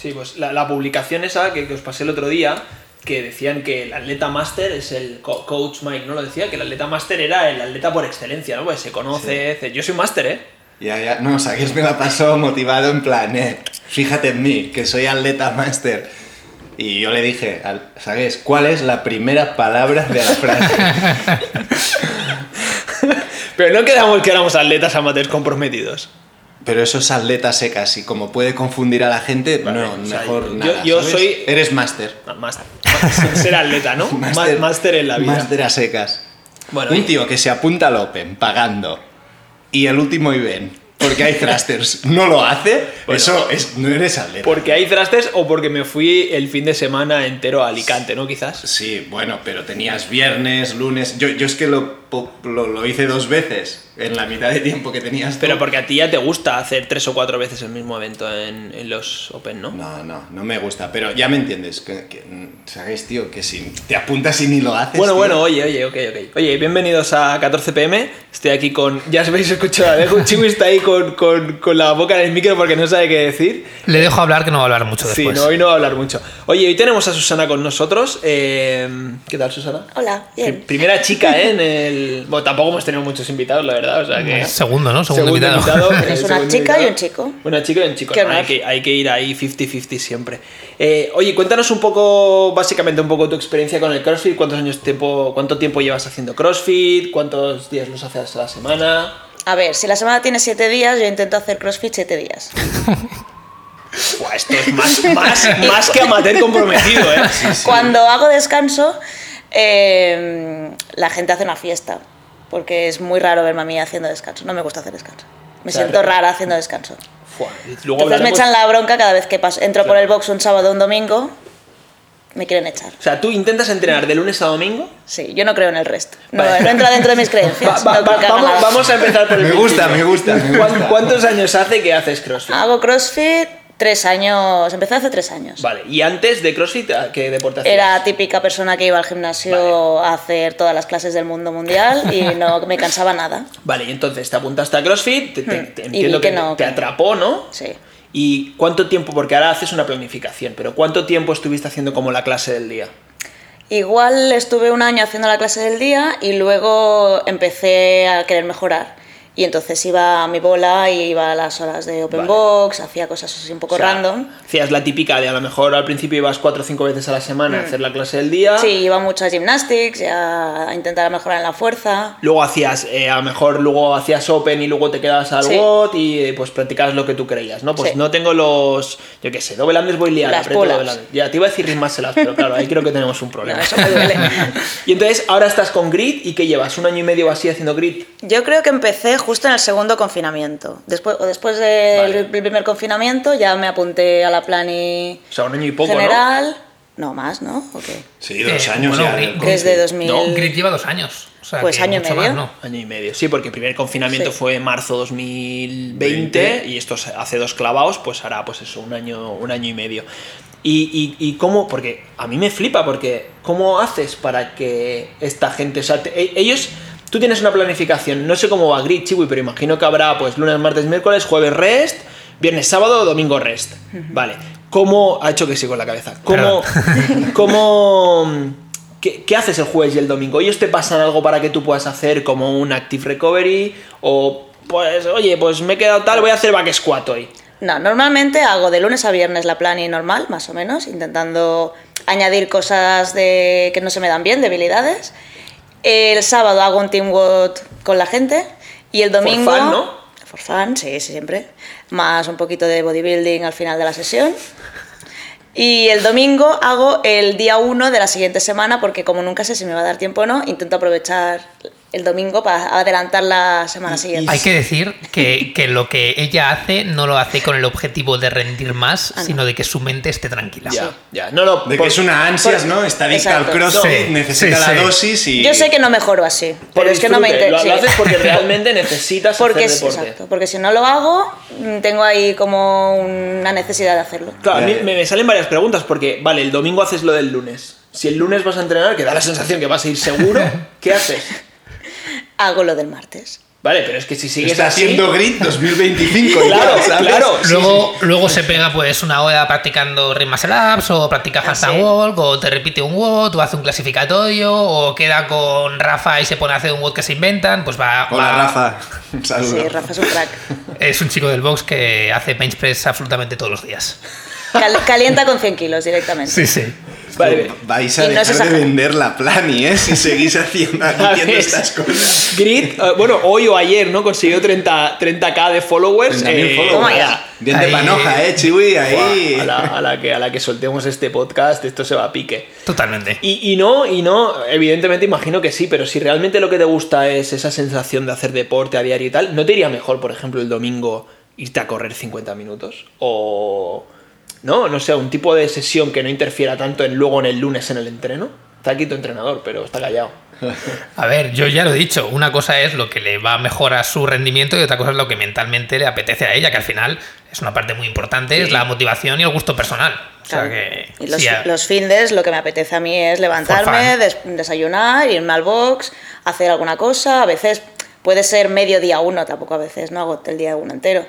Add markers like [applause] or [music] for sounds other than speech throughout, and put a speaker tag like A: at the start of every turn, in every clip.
A: Sí, pues la, la publicación esa que, que os pasé el otro día, que decían que el atleta máster es el co- coach Mike, ¿no? Lo decía, que el atleta máster era el atleta por excelencia, ¿no? Pues se conoce, etc. yo soy máster, ¿eh?
B: Ya, ya, no, o sea, que me la paso motivado en plan, eh, fíjate en mí, que soy atleta máster. Y yo le dije, al- ¿sabes cuál es la primera palabra de la
A: [laughs]
B: frase?
A: Pero no quedamos que éramos atletas amateurs comprometidos.
B: Pero eso es atleta secas y como puede confundir a la gente,
A: Vale,
B: no,
A: o sea,
B: mejor
A: yo-
B: nada,
A: yo
B: ¿sabes?
A: soy-
B: Eres máster.
A: No, más- [laughs] ser atleta, ¿no?
B: [laughs]
A: Má- Máster, en la vida.
B: Máster a secas.
A: Bueno,
B: Un tío que se apunta al Open pagando y el último event, porque hay thrusters, no lo hace,
A: Bueno.
B: eso es, no eres atleta.
A: Porque hay trastes o porque me fui el fin de semana entero a Alicante, ¿no? Quizás.
B: Sí, bueno, pero tenías viernes, lunes. Yo, yo es que lo, po- lo, lo hice dos veces en la mitad de tiempo que tenías. tú.
A: Pero porque a ti ya te gusta hacer tres o cuatro veces el mismo evento en, en los Open, ¿no?
B: No, no, no me gusta. Pero ya me entiendes. Que, que, mm, ¿Sabes, tío? Que si te apuntas y ni lo haces.
A: Bueno,
B: tío.
A: bueno, oye, oye, ok, ok. Oye, bienvenidos a 14pm. Estoy aquí con. Ya os habéis escuchado, ¿eh? Un chico está ahí con, con- con la boca en el micro porque no sabe qué decir.
C: Le dejo hablar que no va a hablar mucho
A: Sí,
C: después.
A: no, hoy no va a hablar mucho. Oye, hoy tenemos a Susana con nosotros. eh, ¿Qué tal, Susana?
D: Hola,
A: Pri-
D: bien.
A: Primera chica ¿eh? en el. Bueno, tampoco hemos tenido muchos invitados, la verdad. O sea que.
C: Segundo, ¿no? Segundo invitado.
B: [laughs]
C: [laughs]
A: eh,
D: Es una
A: segundo
D: chica y un chico.
A: Una chica y un chico.
D: Qué
A: ¿no?
D: honor.
A: hay, que, hay que ir ahí 50-50 siempre. Eh, oye, cuéntanos un poco, básicamente, un poco tu experiencia con el CrossFit. ¿Cuántos años tiempo, cuánto tiempo llevas haciendo CrossFit? ¿Cuántos días los haces a la semana?
D: A ver, si la semana tiene 7 días, yo intento hacer CrossFit 7 días.
A: Buah, esto es
B: [laughs]
A: más, más, [laughs] más que amateur comprometido, ¿eh?
D: Cuando hago descanso, eh, la gente hace una fiesta. Porque es muy raro verme a mí haciendo descanso. No me gusta hacer descanso. Me
A: Claro.
D: siento rara haciendo descanso.
A: Buah, luego
D: Entonces me
A: hablaremos-
D: echan la bronca cada vez que paso. Entro por
A: Claro.
D: el box un sábado o un domingo, me quieren echar.
A: O sea, tú intentas entrenar de lunes a domingo.
D: Sí, yo no creo en el resto. No,
A: Vale.
D: no entra dentro de
A: [laughs]
D: mis
A: Va-
D: creencias.
A: va-
D: no creo
A: va-
D: que haga
A: vamos,
D: nada.
A: vamos a empezar por el
B: Me gusta,
A: principio.
B: me gusta, me gusta.
A: ¿Cuán- ¿Cuántos años hace que haces CrossFit?
D: Hago CrossFit tres años. Empecé hace tres años.
A: Vale, y antes de CrossFit, ¿a ¿qué deporte hacías?
D: Era típica persona que iba al gimnasio a hacer todas las clases del mundo mundial y no me cansaba nada.
A: Vale, y entonces te apuntaste a CrossFit, te, te-
D: Hmm,
A: te
D: y
A: entiendo
D: vi que
A: que,
D: no,
A: te
D: que-
A: atrapó, ¿no?
D: Sí.
A: ¿Y cuánto tiempo? Porque ahora haces una planificación, pero ¿cuánto tiempo estuviste haciendo como la clase del día?
D: Igual estuve un año haciendo la clase del día y luego empecé a querer mejorar. Y entonces iba a mi bola y iba a las horas de open
A: Vale.
D: box, hacía cosas así un poco
A: O sea,
D: random.
A: Hacías la típica de a lo mejor al principio ibas cuatro o cinco veces a la semana a hacer la clase del día.
D: Hmm. Sí, iba mucho a gymnastics, ya a intentar mejorar en la fuerza.
A: Luego hacías, eh, a lo mejor luego hacías open y luego te quedabas al
D: Sí.
A: WOT y eh, pues practicabas lo que tú creías, ¿no? Pues
D: Sí.
A: no tengo los, yo qué sé, double unders voy liada,
D: Las
A: aprieto
D: pull-ups.
A: double unders. Ya, te iba a decir rimárselas, pero claro, ahí creo que tenemos un problema.
D: [laughs] No, eso me duele.
A: [laughs] y entonces, ahora estás con Grid y ¿qué llevas? ¿Un año y medio así haciendo Grid?
D: Yo creo que empecé justo en el segundo confinamiento. Después, o después del
A: Vale.
D: primer confinamiento ya me apunté a la plani
A: O sea, un año y poco,
D: general. ¿no? más, ¿no? ¿O qué?
B: Sí, dos
C: Eh,
B: años
C: bueno,
B: ya.
C: Grit-
B: del
D: Desde
B: COVID.
D: 2000.
C: No, Grit lleva dos años. O sea,
D: Pues
C: que
D: año y
C: mucho
D: medio.
C: más,
A: ¿no? Año y medio. Sí, porque el primer confinamiento
D: Sí.
A: fue marzo 2020
B: Veinte.
A: y estos hace dos clavados, pues hará pues eso, un año, un año y medio. Y, y, y cómo, porque a mí me flipa, porque ¿cómo haces para que esta gente, o sea, te- e- ellos, tú tienes una planificación, no sé cómo va Grid, Chiwi, pero imagino que habrá pues lunes, martes, miércoles, jueves rest, viernes, sábado, domingo rest. Vale. ¿Cómo ha hecho que sí con la cabeza? ¿Cómo, [laughs] cómo, ¿Qué, qué haces el jueves y el domingo? ¿Ellos te pasan algo para que tú puedas hacer como un active recovery? O, pues, oye, pues me he quedado tal, voy a hacer back squat hoy.
D: No, normalmente hago de lunes a viernes la plani normal, más o menos, intentando añadir cosas de, que no se me dan bien, debilidades. El sábado hago un team work con la gente y el domingo...
A: fun, ¿no?
D: For fun, sí, sí, siempre. Más un poquito de bodybuilding al final de la sesión. Y el domingo hago el día 1 de la siguiente semana porque como nunca sé si me va a dar tiempo o no, intento aprovechar el domingo para adelantar la semana siguiente.
C: Hay que decir que, que lo que ella hace no lo hace con el objetivo de rendir más,
D: Ah, no.
C: sino de que su mente esté tranquila.
A: Ya, ya. No, no.
B: De que
A: por-
B: es una ansias,
A: por-
B: ¿no? Está adicta al
D: Exacto.
B: crossfit,
C: Sí,
B: necesita
C: sí,
B: la
C: sí.
B: dosis y...
D: Yo sé que no mejoro así,
A: por
D: pero es que no me
A: disfrute.
D: interesa.
A: Lo, lo haces
D: [laughs]
A: porque realmente necesitas
D: Porque
A: hacer
D: es-
A: deporte.
D: exacto, porque si no lo hago, mm, tengo ahí como una necesidad de hacerlo.
A: Claro, a mí
B: Ya, ya.
A: me, me salen varias preguntas porque, vale, el domingo haces lo del lunes. Si el lunes
B: [laughs]
A: vas a entrenar, que da la sensación que vas a ir seguro, ¿qué haces?
D: Hago lo del martes.
A: Vale, pero es que si sigues
B: Está
A: así-
B: haciendo
D: [laughs]
B: grit 2025.
A: Claro,
B: igual, ¿sabes?
A: claro. sí,
C: Luego, luego se pega pues una hora practicando Rhythm Labs o practica
D: Ah,
C: Hashtag
D: sí.
C: Walk o te repite un WOD o hace un clasificatorio o queda con Rafa y se pone a hacer un WOD que se inventan, pues va...
B: Hola,
C: va-
B: Rafa. Un saludo.
D: Sí, Rafa es un crack.
C: Es un chico del box que hace bench press absolutamente todos los días.
D: Cal- calienta con 100 kilos directamente.
C: Sí, sí.
A: Vale.
B: Vais a
D: Y no es
B: dejar de
D: exagerado.
B: vender la plani, ¿eh?
A: [laughs]
B: Si seguís haciendo,
A: A
B: haciendo
A: ver.
B: estas cosas.
A: Grit, eh, bueno, hoy o ayer, ¿no? Consiguió 30, 30k de followers.
B: 30.000
A: eh,
B: followers.
A: a la-
B: Bien
C: Ahí-
B: de panoja, ¿eh, Chiwi? Ahí.
A: a la, a la que, a la que soltemos este podcast, esto se va a pique.
C: Totalmente.
A: Y, y no, y no, evidentemente imagino que sí, pero si realmente lo que te gusta es esa sensación de hacer deporte a diario y tal, ¿no te iría mejor, por ejemplo, el domingo irte a correr 50 minutos? O. No, no sé, un tipo de sesión que no interfiera tanto en luego en el lunes en el entreno. Está aquí tu entrenador, pero está callado.
C: A ver, yo ya lo he dicho, una cosa es lo que le va mejor a su rendimiento y otra cosa es lo que mentalmente le apetece a ella, que al final es una parte muy importante, es la motivación y el gusto personal. O sea
D: Claro.
C: que...
D: y los,
C: sí, a-
D: los findes, lo que me apetece a mí es levantarme,
C: fun.
D: des- desayunar, irme al box, hacer alguna cosa. A veces puede ser medio día uno, tampoco a veces no hago el día uno entero.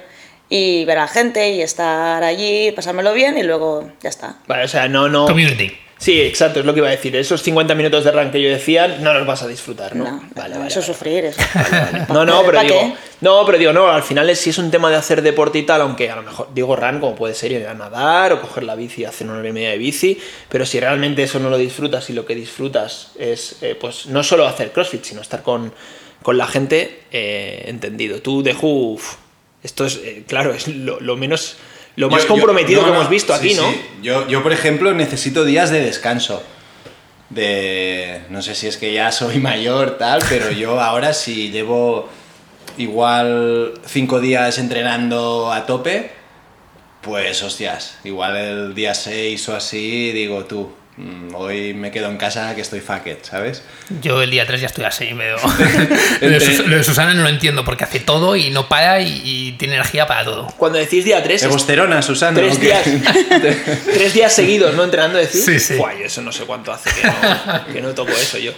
D: Y ver a la gente y estar allí, pasármelo bien y luego ya está.
A: Vale, o sea, no, no.
C: Community.
A: Sí, exacto, es lo que iba a decir. Esos 50 minutos de run que yo decía, no los vas a disfrutar, ¿no?
D: No,
A: vale,
D: no,
A: vale,
D: eso es
A: vale. [laughs]
D: sufrir. Eso.
A: No, no, pero
D: [laughs] ¿Para qué?
A: digo, no, pero digo, no, al final es, si es un tema de hacer deporte y tal, aunque a lo mejor digo run como puede ser ir a nadar o coger la bici, hacer una hora y media de bici, pero si realmente eso no lo disfrutas y lo que disfrutas es, eh, pues, no solo hacer CrossFit, sino estar con, con la gente, eh, entendido. Tú, de uff, esto es, eh, claro, es lo, lo menos, lo más
B: Yo- yo-
A: comprometido
B: no,
A: que
B: no,
A: hemos visto
B: sí,
A: aquí, ¿no?
B: sí. Yo, yo, por ejemplo, necesito días de descanso. De. No sé si es que ya soy mayor, tal,
A: [laughs]
B: pero yo ahora si llevo igual cinco días entrenando a tope, pues hostias, igual el día 6 o así digo tú. mm, Hoy me quedo en casa que estoy fucked, ¿sabes?
C: Yo el día 3 ya estoy así, me veo. lo, de Sus- lo de Susana no lo entiendo porque hace todo y no para y, y tiene energía para todo.
A: Cuando decís día 3,
B: Evosterona, Susana.
A: tres
B: ¿o qué?
A: días.
C: [laughs]
A: tres días seguidos, ¿no? Entrenando decir.
C: Sí, sí.
A: Buah, yo eso no sé cuánto hace que no, que no toco eso yo.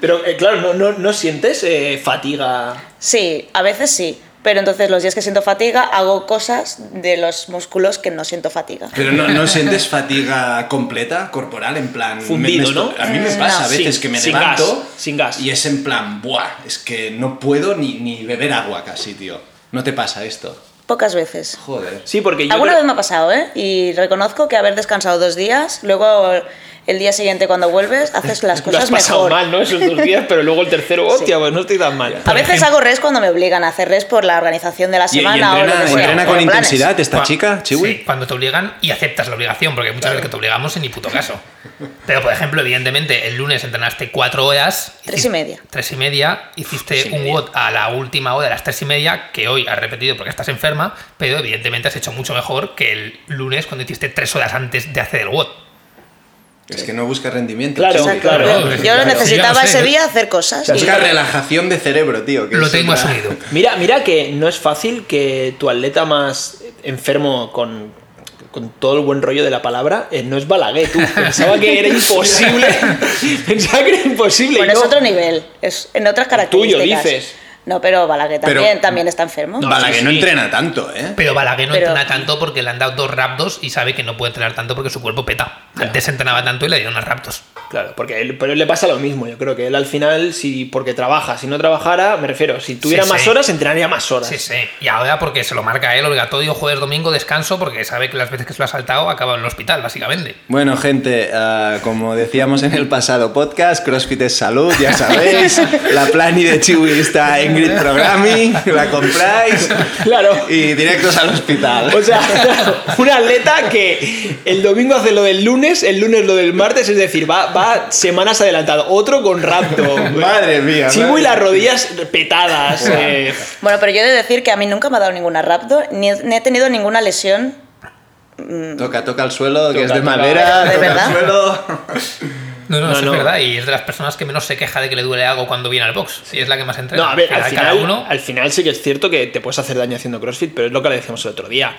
A: Pero eh, claro, no, no, no sientes eh, fatiga.
D: Sí, a veces sí. Pero entonces los días que siento fatiga hago cosas de los músculos que no siento fatiga.
B: [laughs] Pero no, no sientes fatiga completa, corporal, en plan. me-
A: Fundido,
B: me-
A: ¿no?
B: A mí me
D: Mm,
B: pasa a
A: no.
B: veces
A: Sin-
B: que me
A: sin
B: levanto.
A: gas, sin gas.
B: Y es en plan, buah, es que no puedo ni, ni beber agua casi, tío. No te pasa esto.
D: Pocas veces.
B: Joder.
A: Sí, porque yo.
D: Alguna
A: creo-
D: vez me ha pasado, ¿eh? Y reconozco que haber descansado dos días, luego el día siguiente cuando vuelves, haces las
A: lo
D: cosas
A: has pasado
D: mejor.
A: mal, ¿no? Esos dos días, pero luego el tercero, hostia, pues no estoy tan mal.
D: A veces hago res cuando me obligan a hacer res por la organización de la
B: Y, y
D: semana o lo
B: entrena,
D: que sea,
B: entrena
D: por
B: con
D: planes.
B: intensidad esta
C: Cua-
B: chica, Chiwi.
C: Sí, cuando te obligan y aceptas la obligación, porque hay muchas veces que te obligamos y ni puto caso. Pero, por ejemplo, evidentemente, el lunes entrenaste cuatro horas.
D: Tres
C: hiciste-
D: y media.
C: Tres y media, hiciste
A: y
C: un
A: media.
C: WOD a la última hora, a las tres y media, que hoy has repetido porque estás enferma, pero evidentemente has hecho mucho mejor que el lunes cuando hiciste tres horas antes de hacer el WOD.
B: Es que no busca rendimiento.
A: Claro,
B: Chiwi.
D: Exacto.
A: claro.
D: Yo- Yo
C: Claro.
D: lo necesitaba
C: Ya lo sé.
D: ese día hacer cosas. y-
B: Busca relajación de cerebro, tío. que
C: Lo
B: es
C: tengo
B: otra-
C: asumido.
A: Mira, mira que no es fácil que tu atleta más enfermo con, con todo el buen rollo de la palabra eh, no es Balaguer, tú. Pensaba que
D: [laughs]
A: era imposible. Pensaba que era imposible. y
D: Bueno,
A: no.
D: es otro nivel, es en otras características.
A: dices.
D: No, pero Balaguer
B: Pero-
D: también, también está enfermo.
A: No,
B: Balaguer
A: sí,
B: no
A: sí.
B: entrena tanto, ¿eh?
C: Pero Balaguer no
D: Pero-
C: entrena tanto porque le han dado dos raptos y sabe que no puede entrenar tanto porque su cuerpo peta. Antes entrenaba tanto y le dieron unos raptos.
A: Claro, porque él, pero él le pasa lo mismo. Yo creo que él al final, si porque trabaja, si no trabajara, me refiero, si tuviera
C: Sí,
A: más
C: sí.
A: horas, entrenaría más horas.
C: Sí, sí. Y ahora porque se lo marca él obligatorio jueves, domingo, descanso, porque sabe que las veces que se lo ha saltado acaba en el hospital, básicamente.
B: Bueno, gente, ah, como decíamos en el pasado podcast, CrossFit es salud, ya sabéis. La plani de Chiwi está en Grid Programming, la compráis.
A: [laughs] Claro.
B: Y directos al hospital.
A: O
C: [laughs]
A: sea, [laughs] un atleta que el domingo hace lo del lunes, el lunes lo del martes, es decir, va, va semanas adelantado. Otro con rapto.
B: [laughs] Madre mía,
A: Chivo
B: madre
A: y las
B: mía.
A: rodillas petadas. eh,
D: Bueno, pero yo he de decir que a mí nunca me ha dado ninguna rapto, ni he- ni he tenido ninguna lesión
B: Toca, toca el suelo, que
A: Toca,
B: es de
A: toca.
B: madera,
D: ¿De
B: toca
D: verdad?
B: el suelo.
C: No, no,
A: No,
C: eso
A: no.
C: es verdad. Y es de las personas que menos se queja de que le duele algo cuando viene al box. Y es la que más entrena.
A: No, a ver,
C: Cada-
A: al
C: cada
A: final,
C: uno-
A: al final sí que es cierto que te puedes hacer daño haciendo CrossFit, pero es lo que le decíamos el otro día.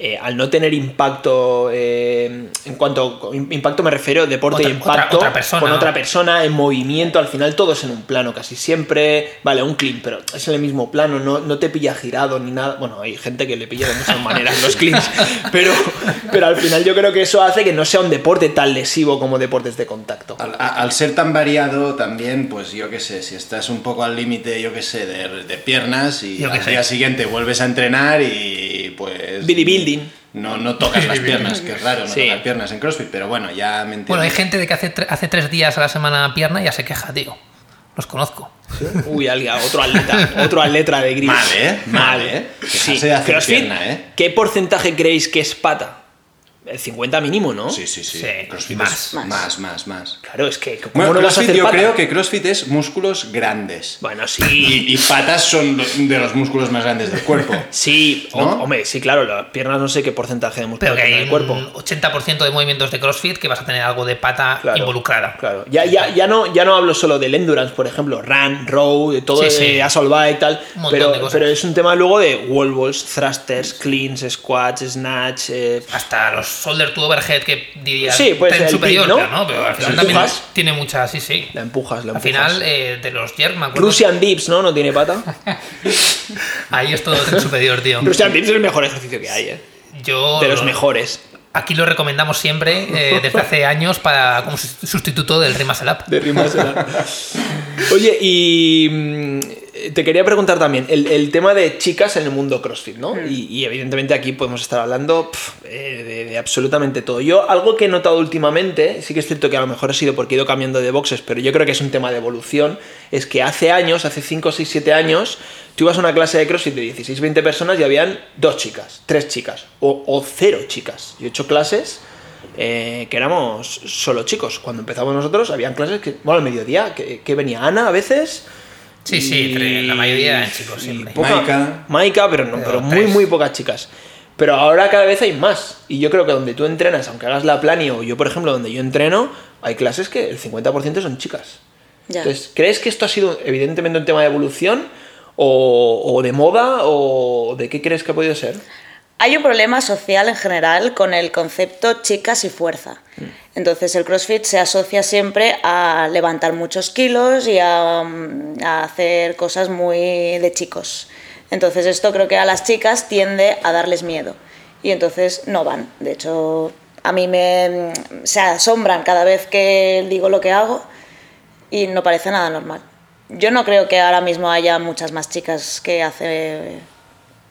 A: Eh, al no tener impacto eh, en cuanto a impacto me refiero, deporte
C: Otra-
A: y impacto
C: otra- otra persona,
A: con
C: ¿no?
A: otra persona, en movimiento, al final todo es en un plano casi siempre, vale, un clean, pero es en el mismo plano, no, no te pilla girado ni nada, bueno, hay gente que le pilla de muchas maneras los cleans, [laughs] pero, pero al final yo creo que eso hace que no sea un deporte tan lesivo como deportes de contacto.
B: Al, a- al ser tan variado también, pues yo qué sé, si estás un poco al límite, yo qué sé, de, de piernas y
C: Yo qué
B: al
C: sé.
B: día siguiente vuelves a entrenar y pues...
A: Bodybuilding.
B: No, no tocas las piernas, que es raro, no
A: Sí.
B: tocar piernas en CrossFit, pero bueno, ya me entiendes.
C: Bueno, hay gente de que hace, tre- hace tres días a la semana pierna y ya se queja, tío. Los conozco.
A: Uy, alguien, otro atleta, otro atleta de gris.
B: Mal, ¿eh? Mal, ¿eh?
A: Sí,
B: Dejarse de hacer
A: CrossFit,
B: pierna, ¿eh?
A: ¿qué porcentaje creéis que es pata? El 50 mínimo, ¿no?
B: Sí, sí, sí.
C: Sí,
B: CrossFit
C: más.
B: es
D: Más.
B: más, más, más.
A: Claro, es que ¿cómo
B: Bueno,
A: no vas a
B: CrossFit
A: hacer
B: yo
A: pata?
B: creo que CrossFit es músculos grandes.
A: Bueno,
B: Y,
A: sí.
B: y patas son lo- de los músculos más grandes del cuerpo.
A: Sí, o-
B: ¿No?
A: hombre, sí, claro, las piernas no sé qué porcentaje de músculo
C: Pero que
A: tiene
C: hay
A: pues el cuerpo.
C: un 80% de movimientos de CrossFit que vas a tener algo de pata
A: Claro,
C: involucrada.
A: Claro. Ya, ya, ya, no, ya no hablo solo del endurance, por ejemplo, run, row, de todo
C: Sí,
A: de
C: sí.
A: assault bike y tal.
C: Un montón
A: Pero,
C: de cosas.
A: pero es un tema luego de wall balls, thrusters, cleans, squats, snatch. eh,
C: Hasta los shoulder to overhead que dirías
A: Sí, puede
C: tren
A: ser el
C: superior,
A: pin, ¿no?
C: pero Pero al final
A: Las
C: también
A: empujas.
C: tiene muchas, sí, sí.
A: la empujas, la
C: Al
A: empujas.
C: final, eh, de los jerk, me acuerdo,
A: Russian dips, ¿no? No tiene pata.
C: ahí es todo tren superior, tío.
A: [laughs] Russian dips es el mejor ejercicio que hay, ¿eh?
C: Yo
A: De los
C: lo-
A: mejores.
C: Aquí lo recomendamos siempre eh, desde hace años para como sus- sustituto del Rimasel Up.
A: De rimas era. Oye, y mm, te quería preguntar también, el, el tema de chicas en el mundo CrossFit, ¿no? Y, y evidentemente aquí podemos estar hablando pf, eh, de, de absolutamente todo. Yo algo que he notado últimamente, sí que es cierto que a lo mejor ha sido porque he ido cambiando de boxes, pero yo creo que es un tema de evolución, es que hace años, hace 5, 6, 7 años, tú ibas a una clase de CrossFit de 16, 20 personas y habían dos chicas, tres chicas o, o cero chicas. Yo he hecho clases eh, que éramos solo chicos. Cuando empezamos nosotros, habían clases que, bueno, al mediodía, que, que venía Ana a veces.
C: Sí, sí,
A: y-
C: entre- la mayoría eran
A: y
C: chicos siempre.
A: poca-
B: Maika.
A: Maika, pero, no,
C: Pero
A: pero, muy,
C: tres.
A: muy pocas chicas. Pero ahora cada vez hay más. Y yo creo que donde tú entrenas, aunque hagas la plani o yo, por ejemplo, donde yo entreno, hay clases que el 50% son chicas.
D: Ya.
A: Entonces, ¿crees que esto ha sido evidentemente un tema de evolución? O, o de moda, o de qué crees que ha podido ser.
D: Hay un problema social en general con el concepto chicas y fuerza. Entonces el CrossFit se asocia siempre a levantar muchos kilos y a, mm, a hacer cosas muy de chicos. Entonces esto creo que a las chicas tiende a darles miedo y entonces no van. De hecho, a mí me mm, se asombran cada vez que digo lo que hago y no parece nada normal. Yo no creo que ahora mismo haya muchas más chicas que hace eh,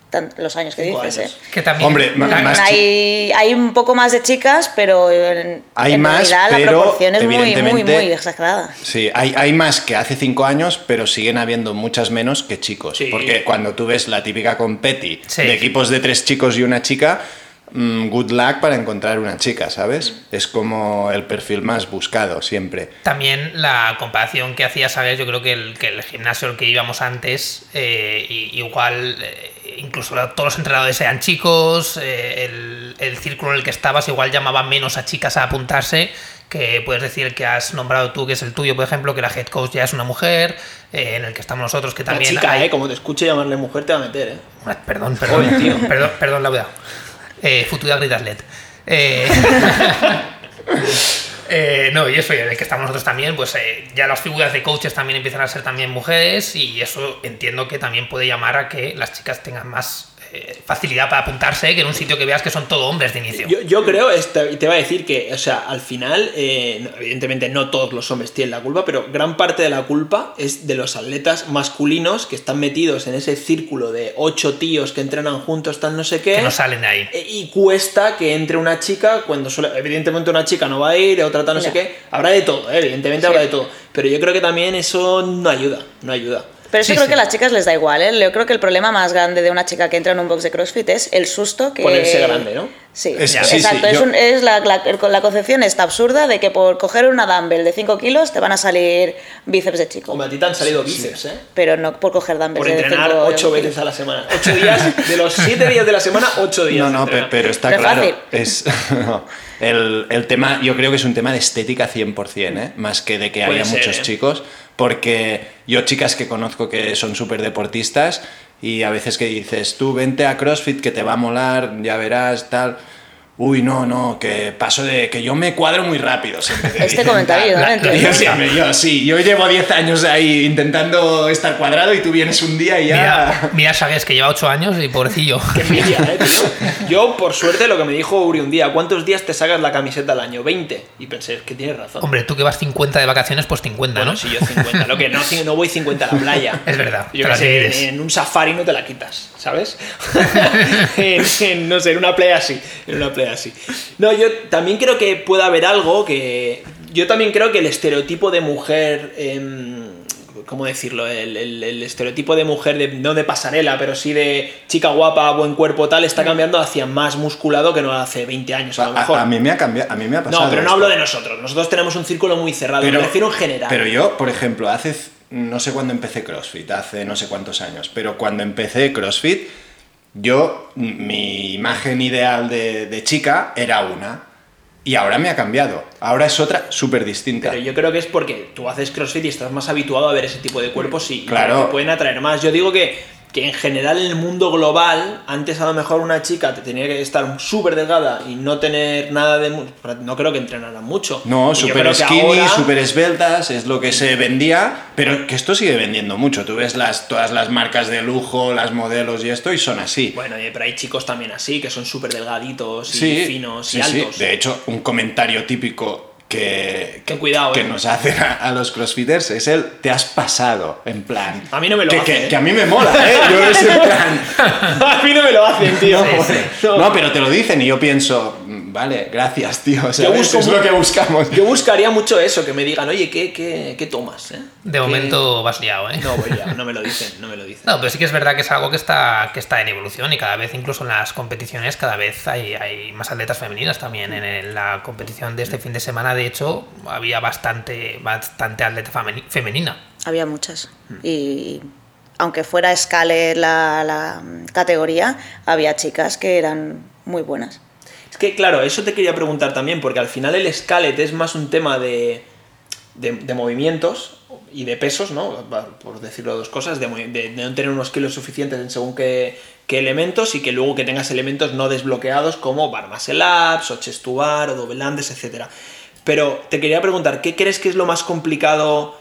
D: tan- los años que
A: Cinco
D: dices.
A: años.
D: ¿eh?
C: Que también,
B: Hombre, ma-
C: la-
B: más-
D: hay, hay un poco más de chicas, pero en,
B: Hay
D: en
B: más,
D: realidad la
B: pero
D: proporción es muy, muy,
B: evidentemente-
D: muy exagerada.
B: Sí, hay, hay más que hace cinco años, pero siguen habiendo muchas menos que chicos.
A: Sí.
B: Porque cuando tú ves la típica competi
C: Sí.
B: de equipos de tres chicos y una chica, mm, good luck para encontrar una chica, ¿sabes? Es como el perfil más buscado siempre.
C: También la comparación que hacías, ¿sabes? Yo creo que el, que el gimnasio al que íbamos antes, eh, y- igual, eh, incluso la- todos los entrenadores eran chicos, eh, el, el círculo en el que estabas igual llamaba menos a chicas a apuntarse, que puedes decir que has nombrado tú, que es el tuyo, por ejemplo, que la head coach ya es una mujer, eh, en el que estamos nosotros, que
A: La
C: también
A: chica,
C: hay...
A: ¿eh? Como te escuche llamarle mujer, te va a meter, ¿eh?
C: Una- Perdón, perdón, [laughs] perdón, perdón, la verdad. Eh, futura Greta Led. Eh, [laughs] eh, no, y eso, y en el que estamos nosotros también, pues eh, ya las figuras de coaches también empiezan a ser también mujeres y eso entiendo que también puede llamar a que las chicas tengan más eh, facilidad para apuntarse que en un sitio que veas que son todo hombres de inicio.
A: Yo, yo creo, este, y te va a decir que, o sea, al final, eh, no- evidentemente no todos los hombres tienen la culpa, pero gran parte de la culpa es de los atletas masculinos que están metidos en ese círculo de ocho tíos que entrenan juntos, tal no sé qué.
C: que no salen de ahí.
A: e- y cuesta que entre una chica cuando suele- evidentemente una chica no va a ir, otra tal no sé
D: Ya.
A: qué. Habrá de todo, eh, evidentemente habrá de todo. Pero yo creo que también eso no ayuda, no ayuda.
D: Pero eso
C: Sí,
D: creo
C: sí.
D: que a las chicas les da igual. ¿eh? Yo creo que el problema más grande de una chica que entra en un box de CrossFit es el susto que...
A: Ponerse grande, ¿no?
D: Sí,
B: Es-
C: Ya.
B: sí, sí,
D: exacto. es
B: yo-
D: un- es la, la- la concepción está absurda de que por coger una dumbbell de 5 kilos te van a salir bíceps de chico.
A: Como a ti te han salido bíceps, eh.
D: Pero no por coger dumbbells
A: Por
D: de
A: entrenar
D: 5
A: ocho veces a la semana. Ocho días, de los siete días de la semana, ocho días.
B: No, no,
A: de
B: pe-
A: entrenar.
B: pero, está
D: No es
B: claro.
D: fácil.
B: Es, [laughs] no. el, el tema, yo creo que es un tema de estética 100%, ¿eh? más que de que
A: Puede
B: haya
A: ser,
B: muchos
A: ¿eh?
B: chicos, porque yo chicas que conozco que son súper deportistas y a veces que dices, tú vente a CrossFit que te va a molar, ya verás, tal. Uy, no, no, que paso de que yo me cuadro muy rápido. Siempre te
D: Este
B: dicen,
D: comentario,
B: tal,
D: no lo
B: tal. [laughs]
D: entiendo.
B: Yo siempre, yo sí, yo llevo 10 años ahí intentando estar cuadrado y tú vienes un día y
C: Mira,
B: [laughs] ya.
C: mira Sagues, que lleva 8 años y pobrecillo.
A: [laughs] Qué envidia, eh, tío. Yo, por suerte, lo que me dijo Uri un día, ¿cuántos días te sacas la camiseta al año? 20. Y pensé, es que tienes razón.
C: [laughs] Hombre, tú que vas 50 de vacaciones, pues 50,
A: bueno,
C: ¿no?
A: si yo 50. Lo que no, si no voy 50 a la playa.
C: [laughs] Es verdad,
A: Yo
C: te
A: que
C: la
A: sé,
C: divides.
A: en, en un safari no te la quitas,
C: [laughs]
A: ¿sabes? en, en, no sé, en una playa así. En una playa así. No, yo también creo que puede haber algo que. Yo también creo que el estereotipo de mujer. em, ¿Cómo decirlo? El, el- el estereotipo de mujer, de, no de pasarela, pero sí de chica guapa, buen cuerpo, tal,
C: Mm.
A: está cambiando hacia más musculado que no hace 20 años,
C: Ah,
A: a lo mejor.
B: A, a mí me ha cambiado, a mí me ha pasado.
A: no, pero no
B: esto.
A: hablo de nosotros. Nosotros tenemos un círculo muy cerrado. me refiero en general.
B: Pero yo, por ejemplo, hace c- no sé cuándo empecé CrossFit, hace no sé cuántos años, pero cuando empecé CrossFit, yo, m- mi imagen ideal de, de chica era una. Y ahora me ha cambiado. Ahora es otra súper distinta.
A: Pero yo creo que es porque tú haces crossfit y estás más habituado a ver ese tipo de cuerpos y
B: Claro.
A: te pueden atraer más. Yo digo que, que en general en el mundo global, antes a lo mejor una chica te tenía que estar súper delgada y no tener nada de... mu- No creo que entrenaran mucho.
B: No,
A: Y yo
B: súper
A: creo que
B: skinny,
A: ahora-
B: súper esbeltas, es lo que se vendía, pero que esto sigue vendiendo mucho. Tú ves las, todas las marcas de lujo, las modelos y esto, y son así.
A: Bueno, eh, pero hay chicos también así, que son súper delgaditos y
B: sí,
A: finos
B: sí,
A: y
B: sí.
A: altos.
B: De hecho, un comentario típico que,
A: Que cuidado,
B: que
A: eh.
B: nos hacen a, a los crossfitters es el te has pasado, en plan.
A: A mí no me lo
B: que,
A: hace,
B: que-
A: eh.
B: que a mí me mola,
A: [laughs]
B: ¿eh? Yo es en plan.
A: [laughs] A mí no me lo hacen, tío. [laughs] No.
B: No, pero te lo dicen y yo pienso, "Mm, vale, gracias, tío. ¿sabes?
A: busco
B: es
A: mu-
B: lo que buscamos.
A: Yo buscaría mucho eso, que me digan, oye, ¿qué, qué, qué tomas? eh?
C: De
A: ¿Qué-
C: momento vas liado, ¿eh?
A: No, voy a- no me lo dicen, no me lo dicen.
C: No, pero sí que es verdad que es algo que está, que está en evolución y cada vez, incluso en las competiciones, cada vez hay, hay más atletas femeninas también. En, el- la competición de este fin de semana, de hecho, había bastante, bastante atleta femeni- femenina.
D: Había muchas. Y aunque fuera escale la, la categoría, había chicas que eran muy buenas.
A: Es que, claro, eso te quería preguntar también, porque al final el scalete es más un tema de, de, de movimientos y de pesos, ¿no? Va- Por decirlo dos cosas, de, movi- de- de no tener unos kilos suficientes en según qué, qué elementos y que luego que tengas elementos no desbloqueados como bar muscle ups, o chest to bar, o double unders, etc. Pero te quería preguntar, ¿qué crees que es lo más complicado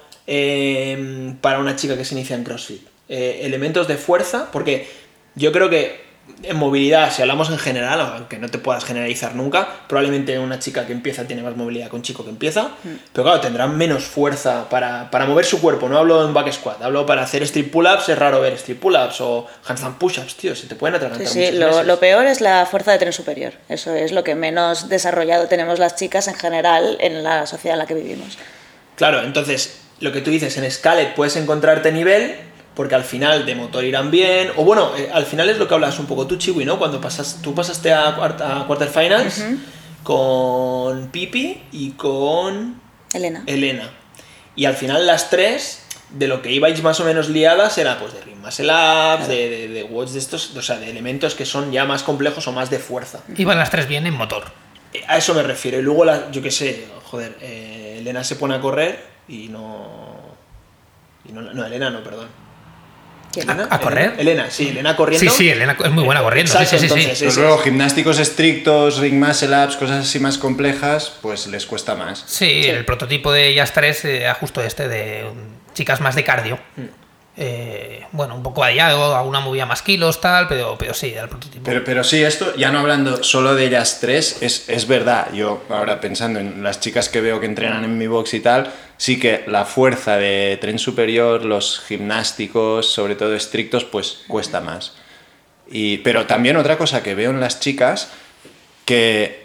A: eh, para una chica que se inicia en CrossFit? Eh, elementos de fuerza, porque yo creo que en movilidad, si hablamos en general, aunque no te puedas generalizar nunca, probablemente una chica que empieza tiene más movilidad que un chico que empieza,
D: Mm.
A: pero claro, tendrán menos fuerza para, para mover su cuerpo. No hablo en back squat, hablo para hacer strip pull-ups, es raro ver strip pull-ups o handstand push-ups, tío, se te pueden
D: Sí,
A: atragantar
D: sí,
A: muchas
D: lo,
A: veces.
D: lo peor es la fuerza de tren superior. Eso es lo que menos desarrollado tenemos las chicas en general en la sociedad en la que vivimos.
A: Claro, entonces, lo que tú dices, en Scaled puedes encontrarte nivel, porque al final de motor irán bien, o bueno, eh, al final es lo que hablas un poco tú, Chiwi, ¿no? Cuando pasas, tú pasaste a, cuarta- a quarterfinals con Pipi y con...
D: Elena.
A: Elena. Y al final las tres, de lo que ibais más o menos liadas, era pues de Ring Muscle Ups, de, de, de watch de estos, o sea, de elementos que son ya más complejos o más de fuerza.
C: Iban las tres bien en motor.
A: Eh, A eso me refiero. Y luego, la, yo qué sé, joder, eh, Elena se pone a correr y no... y no, no, Elena no, perdón.
D: ¿Quién?
A: Elena,
C: ¿A correr?
A: Elena, Elena, sí, Elena corriendo.
C: Sí, sí, Elena es muy buena corriendo. sí,
A: Exacto,
C: sí, sí, sí.
A: entonces,
B: Pero
A: sí,
B: luego, gimnásticos estrictos, ring muscle ups, cosas así más complejas, pues les cuesta más.
C: Sí, el prototipo de ellas tres eh, era justo este, de mm, chicas más de cardio. Eh, bueno, un poco variado, alguna movía más kilos, tal, pero, pero sí, era el prototipo.
B: Pero, pero sí, esto, ya no hablando solo de ellas tres, es, es verdad. Yo ahora pensando en las chicas que veo que entrenan en mi box y tal, sí que la fuerza de tren superior, los gimnásticos, sobre todo estrictos, pues cuesta más. Y, pero también otra cosa que veo en las chicas, que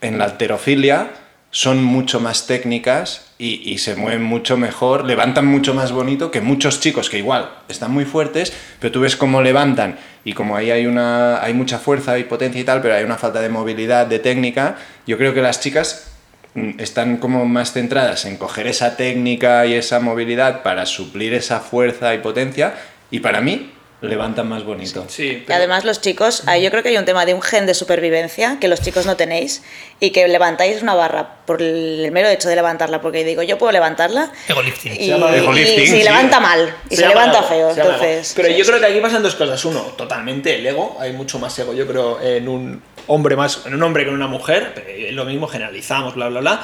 B: en la alterofilia son mucho más técnicas y, y se mueven mucho mejor, levantan mucho más bonito que muchos chicos que igual están muy fuertes, pero tú ves cómo levantan y como ahí hay, una, hay mucha fuerza, hay potencia y tal, pero hay una falta de movilidad, de técnica, yo creo que las chicas mm, están como más centradas en coger esa técnica y esa movilidad para suplir esa fuerza y potencia y para mí levantan más bonito.
A: sí,
D: Y además los chicos, ahí yo creo que hay un tema de un gen de supervivencia que los chicos no tenéis y que levantáis una barra por el mero hecho de levantarla, porque digo, yo puedo levantarla
C: Ego lifting.
D: y,
A: llama
D: y
B: lifting,
D: si
B: sí.
D: levanta mal y se,
A: llama
D: levanta
A: ego,
D: feo,
A: se llama ego.
D: entonces...
A: Pero
D: sí,
A: yo
D: sí.
A: creo que aquí pasan dos cosas. Uno, totalmente el ego. Hay mucho más ego, yo creo, en un hombre más, en un hombre con una mujer, pero es lo mismo, generalizamos, bla, bla, bla.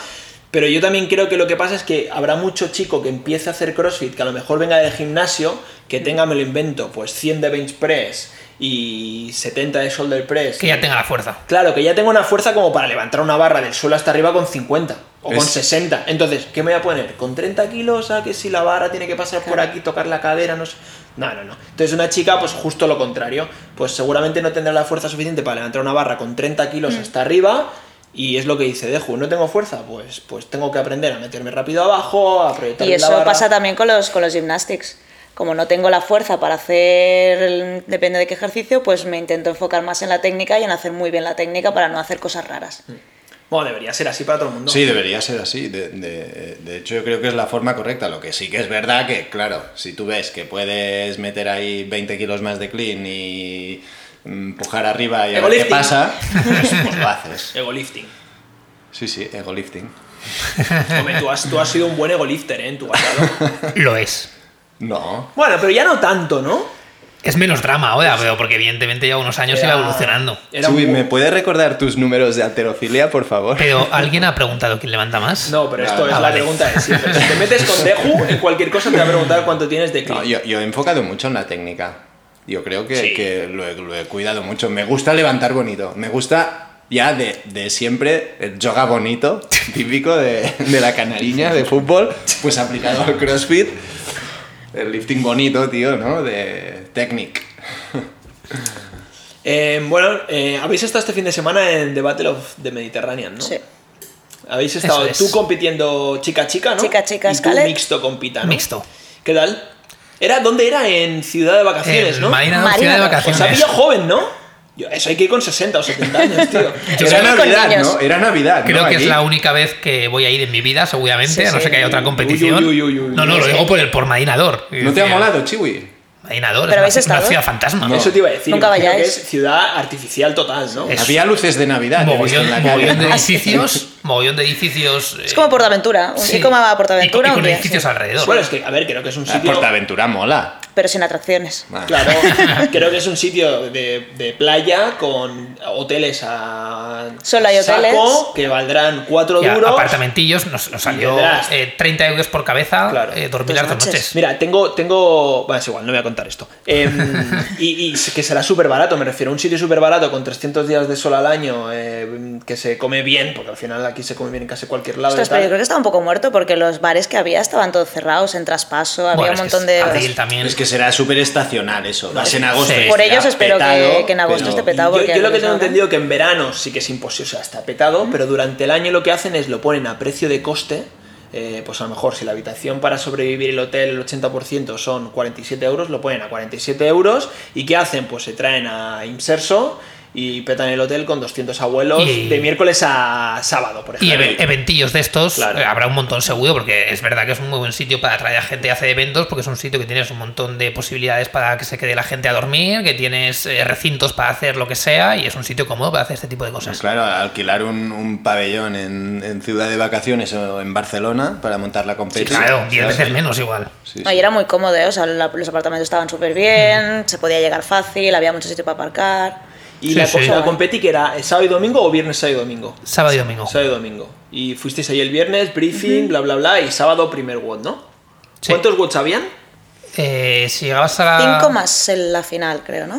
A: Pero yo también creo que lo que pasa es que habrá mucho chico que empiece a hacer CrossFit, que a lo mejor venga del gimnasio, que tenga, me lo invento, pues 100 de bench press y 70 de shoulder press.
C: Que ya tenga la fuerza.
A: Claro, que ya tengo una fuerza como para levantar una barra del suelo hasta arriba con 50 o con
B: Es-
A: 60. Entonces, ¿qué me voy a poner? ¿Con 30 kilos? ¿A que si la barra tiene que pasar por aquí, tocar la cadera? No sé. No, no, no. Entonces, una chica, pues justo lo contrario. Pues seguramente no tendrá la fuerza suficiente para levantar una barra con 30
D: Mm.
A: kilos hasta arriba. Y es lo que dice Deju, no tengo fuerza, pues, pues tengo que aprender a meterme rápido abajo, a proyectar
D: Y
A: la
D: eso
A: barra.
D: pasa también con los, con los gymnastics. Como no tengo la fuerza para hacer, el- depende de qué ejercicio, pues me intento enfocar más en la técnica y en hacer muy bien la técnica para no hacer cosas raras.
A: Bueno, debería ser así para todo el mundo.
B: Sí, debería ser así. De, de- de hecho, yo creo que es la forma correcta. Lo que sí que es verdad que, claro, si tú ves que puedes meter ahí 20 kilos más de clean y mm, empujar arriba y a ver qué
A: Egolifting. [laughs]
B: pasa, pues, pues lo haces.
A: Ego lifting.
B: Sí, sí, ego lifting.
A: Hombre, tú has, tú has sido un buen ego lifter, ¿eh? En tu pasado.
C: Lo es.
B: No.
A: Bueno, pero ya no tanto, ¿no?
C: Es menos drama ahora, pero porque evidentemente lleva unos años y va
A: Era-
C: evolucionando.
A: Era
B: Chuy,
A: un-
B: ¿me puedes recordar tus números de alterofilia, por favor?
C: Pero ¿alguien ha preguntado quién levanta más?
A: No, pero esto
B: Ah,
A: es la
C: vale.
A: pregunta de siempre. Si te metes
B: [laughs]
A: con Deju, en cualquier cosa te va a preguntar cuánto tienes de clip.
B: No, yo, yo he enfocado mucho en la técnica. Yo creo que,
A: Sí.
B: que lo, he, lo he cuidado mucho. Me gusta levantar bonito. Me gusta ya de, de siempre el yoga bonito, [laughs] típico de, de la canariña de fútbol, pues aplicado al crossfit. El lifting bonito, tío, ¿no? De Technic.
A: Eh, bueno, eh, habéis estado este fin de semana en The Battle of the Mediterranean, ¿no?
D: Sí.
A: Habéis estado
C: Eso es.
A: tú compitiendo chica-chica, ¿no?
D: Chica-chica,
A: y tú
D: Scarlett.
A: mixto compita, ¿no?
C: Mixto.
A: ¿Qué tal? Era, ¿Dónde era? En Ciudad de Vacaciones,
C: En
A: ¿no?
C: Eh, Marina,
D: Marina pues,
C: ciudad de
D: Dos.
A: Os ha
C: vacaciones.
A: pillado joven, ¿no? Yo- eso hay que ir con 60 o 70 años, tío.
C: [laughs] Yo
B: Era
D: creo que con
B: Navidad,
D: niños.
B: ¿no? Era Navidad,
C: Creo
B: ¿no?
C: que es
B: Allí.
C: la única vez que voy a ir en mi vida, seguramente,
D: Sí,
C: a no
D: sí.
C: ser que haya otra competición.
A: Uy, uy, uy, uy, uy.
C: no, no, lo
A: Sí.
C: digo por el por Marinador.
B: ¿No te ha molado, Chiwi?
C: Marinador
D: ¿Pero habéis
C: es una, una
D: estado?
C: ciudad fantasma.
B: No.
A: Eso te iba a decir.
D: Nunca
A: imagino que
D: vayáis.
A: es ciudad artificial total, ¿no?
C: Es-
B: Había luces de Navidad. he visto
C: Mogollón,
B: en la calle,
C: mogollón de
A: [laughs]
B: ¿no? [laughs]
C: edificios, mogollón de edificios. eh,
D: Es como Portaventura, un
C: Sí.
D: sí. como a
C: Y con- y
D: Portaventura un
C: con
D: día,
C: edificios
D: sí.
C: alrededor.
A: Bueno, es que, a ver, creo que es un
B: Ah,
A: sitio...
B: Portaventura mola.
D: pero sin atracciones.
B: Ah.
A: Claro, creo que es un sitio de, de playa con hoteles a
D: Solo hay
A: saco,
D: hoteles.
A: que valdrán cuatro
C: Y a-
A: duros.
C: apartamentillos, nos, nos salió
A: tendrás-
C: eh, 30 euros por cabeza
A: Claro.
C: eh, dormir
D: Dos
C: las dos
D: noches.
C: noches.
A: Mira, tengo, tengo, bueno, es igual, no voy a contar esto. Em, y, y que será súper barato, me refiero a un sitio súper barato con 300 días de sol al año, eh, que se come bien, porque al final aquí se come bien en casi cualquier lado. y
D: Ostras, pero yo
A: tal.
D: creo que estaba un poco muerto porque los bares que había estaban todos cerrados, en traspaso, había
C: Bueno,
D: un
C: es que
D: montón
C: es
D: de...
C: abril también.
B: Es que será súper estacional eso. Vas en agosto.
C: Sí.
B: y
D: Por
B: estará
D: ellos espero que- que en agosto
B: pero-
D: esté petado.
A: Yo-
D: porque
A: yo, lo que
D: antes no ¿eh?
A: tengo
D: habrá.
A: entendido que en verano sí que es imposible, o sea, está petado, pero durante el año lo que hacen es lo ponen a precio de coste. eh, pues a lo mejor si la habitación para sobrevivir el hotel el 80% son 47 euros, lo ponen a 47 euros. ¿Y qué hacen? Pues se traen a Inserso y petan el hotel con 200 abuelos
C: Y-
A: de miércoles a sábado, por
C: Y
A: ejemplo.
C: eve- eventillos de estos,
A: Claro.
C: eh, habrá un montón seguro, porque es verdad que es un muy buen sitio para atraer a gente a hacer eventos, porque es un sitio que tienes un montón de posibilidades para que se quede la gente a dormir, que tienes eh, recintos para hacer lo que sea, y es un sitio cómodo para hacer este tipo de
B: Pues
C: cosas.
B: claro, alquilar un, un pabellón en, en ciudad de vacaciones o en Barcelona para montar la
C: Sí,
B: competencia.
C: claro, 10 veces menos igual.
D: No, y era muy cómodo, ¿eh? o sea, la- los apartamentos estaban súper bien, se podía llegar fácil, había mucho sitio para aparcar.
A: Y
C: Sí,
A: la,
C: sí.
A: cosa competi que era eh, sábado y domingo o viernes, sábado y domingo.
C: Sábado y domingo.
A: Sábado y domingo. Y fuisteis ahí el viernes, briefing, bla, bla, bla, y sábado primer WOD, ¿no?
C: Sí.
A: ¿Cuántos WODs habían?
C: Eh, si llegabas a la...
D: Cinco más en la final, creo, ¿no?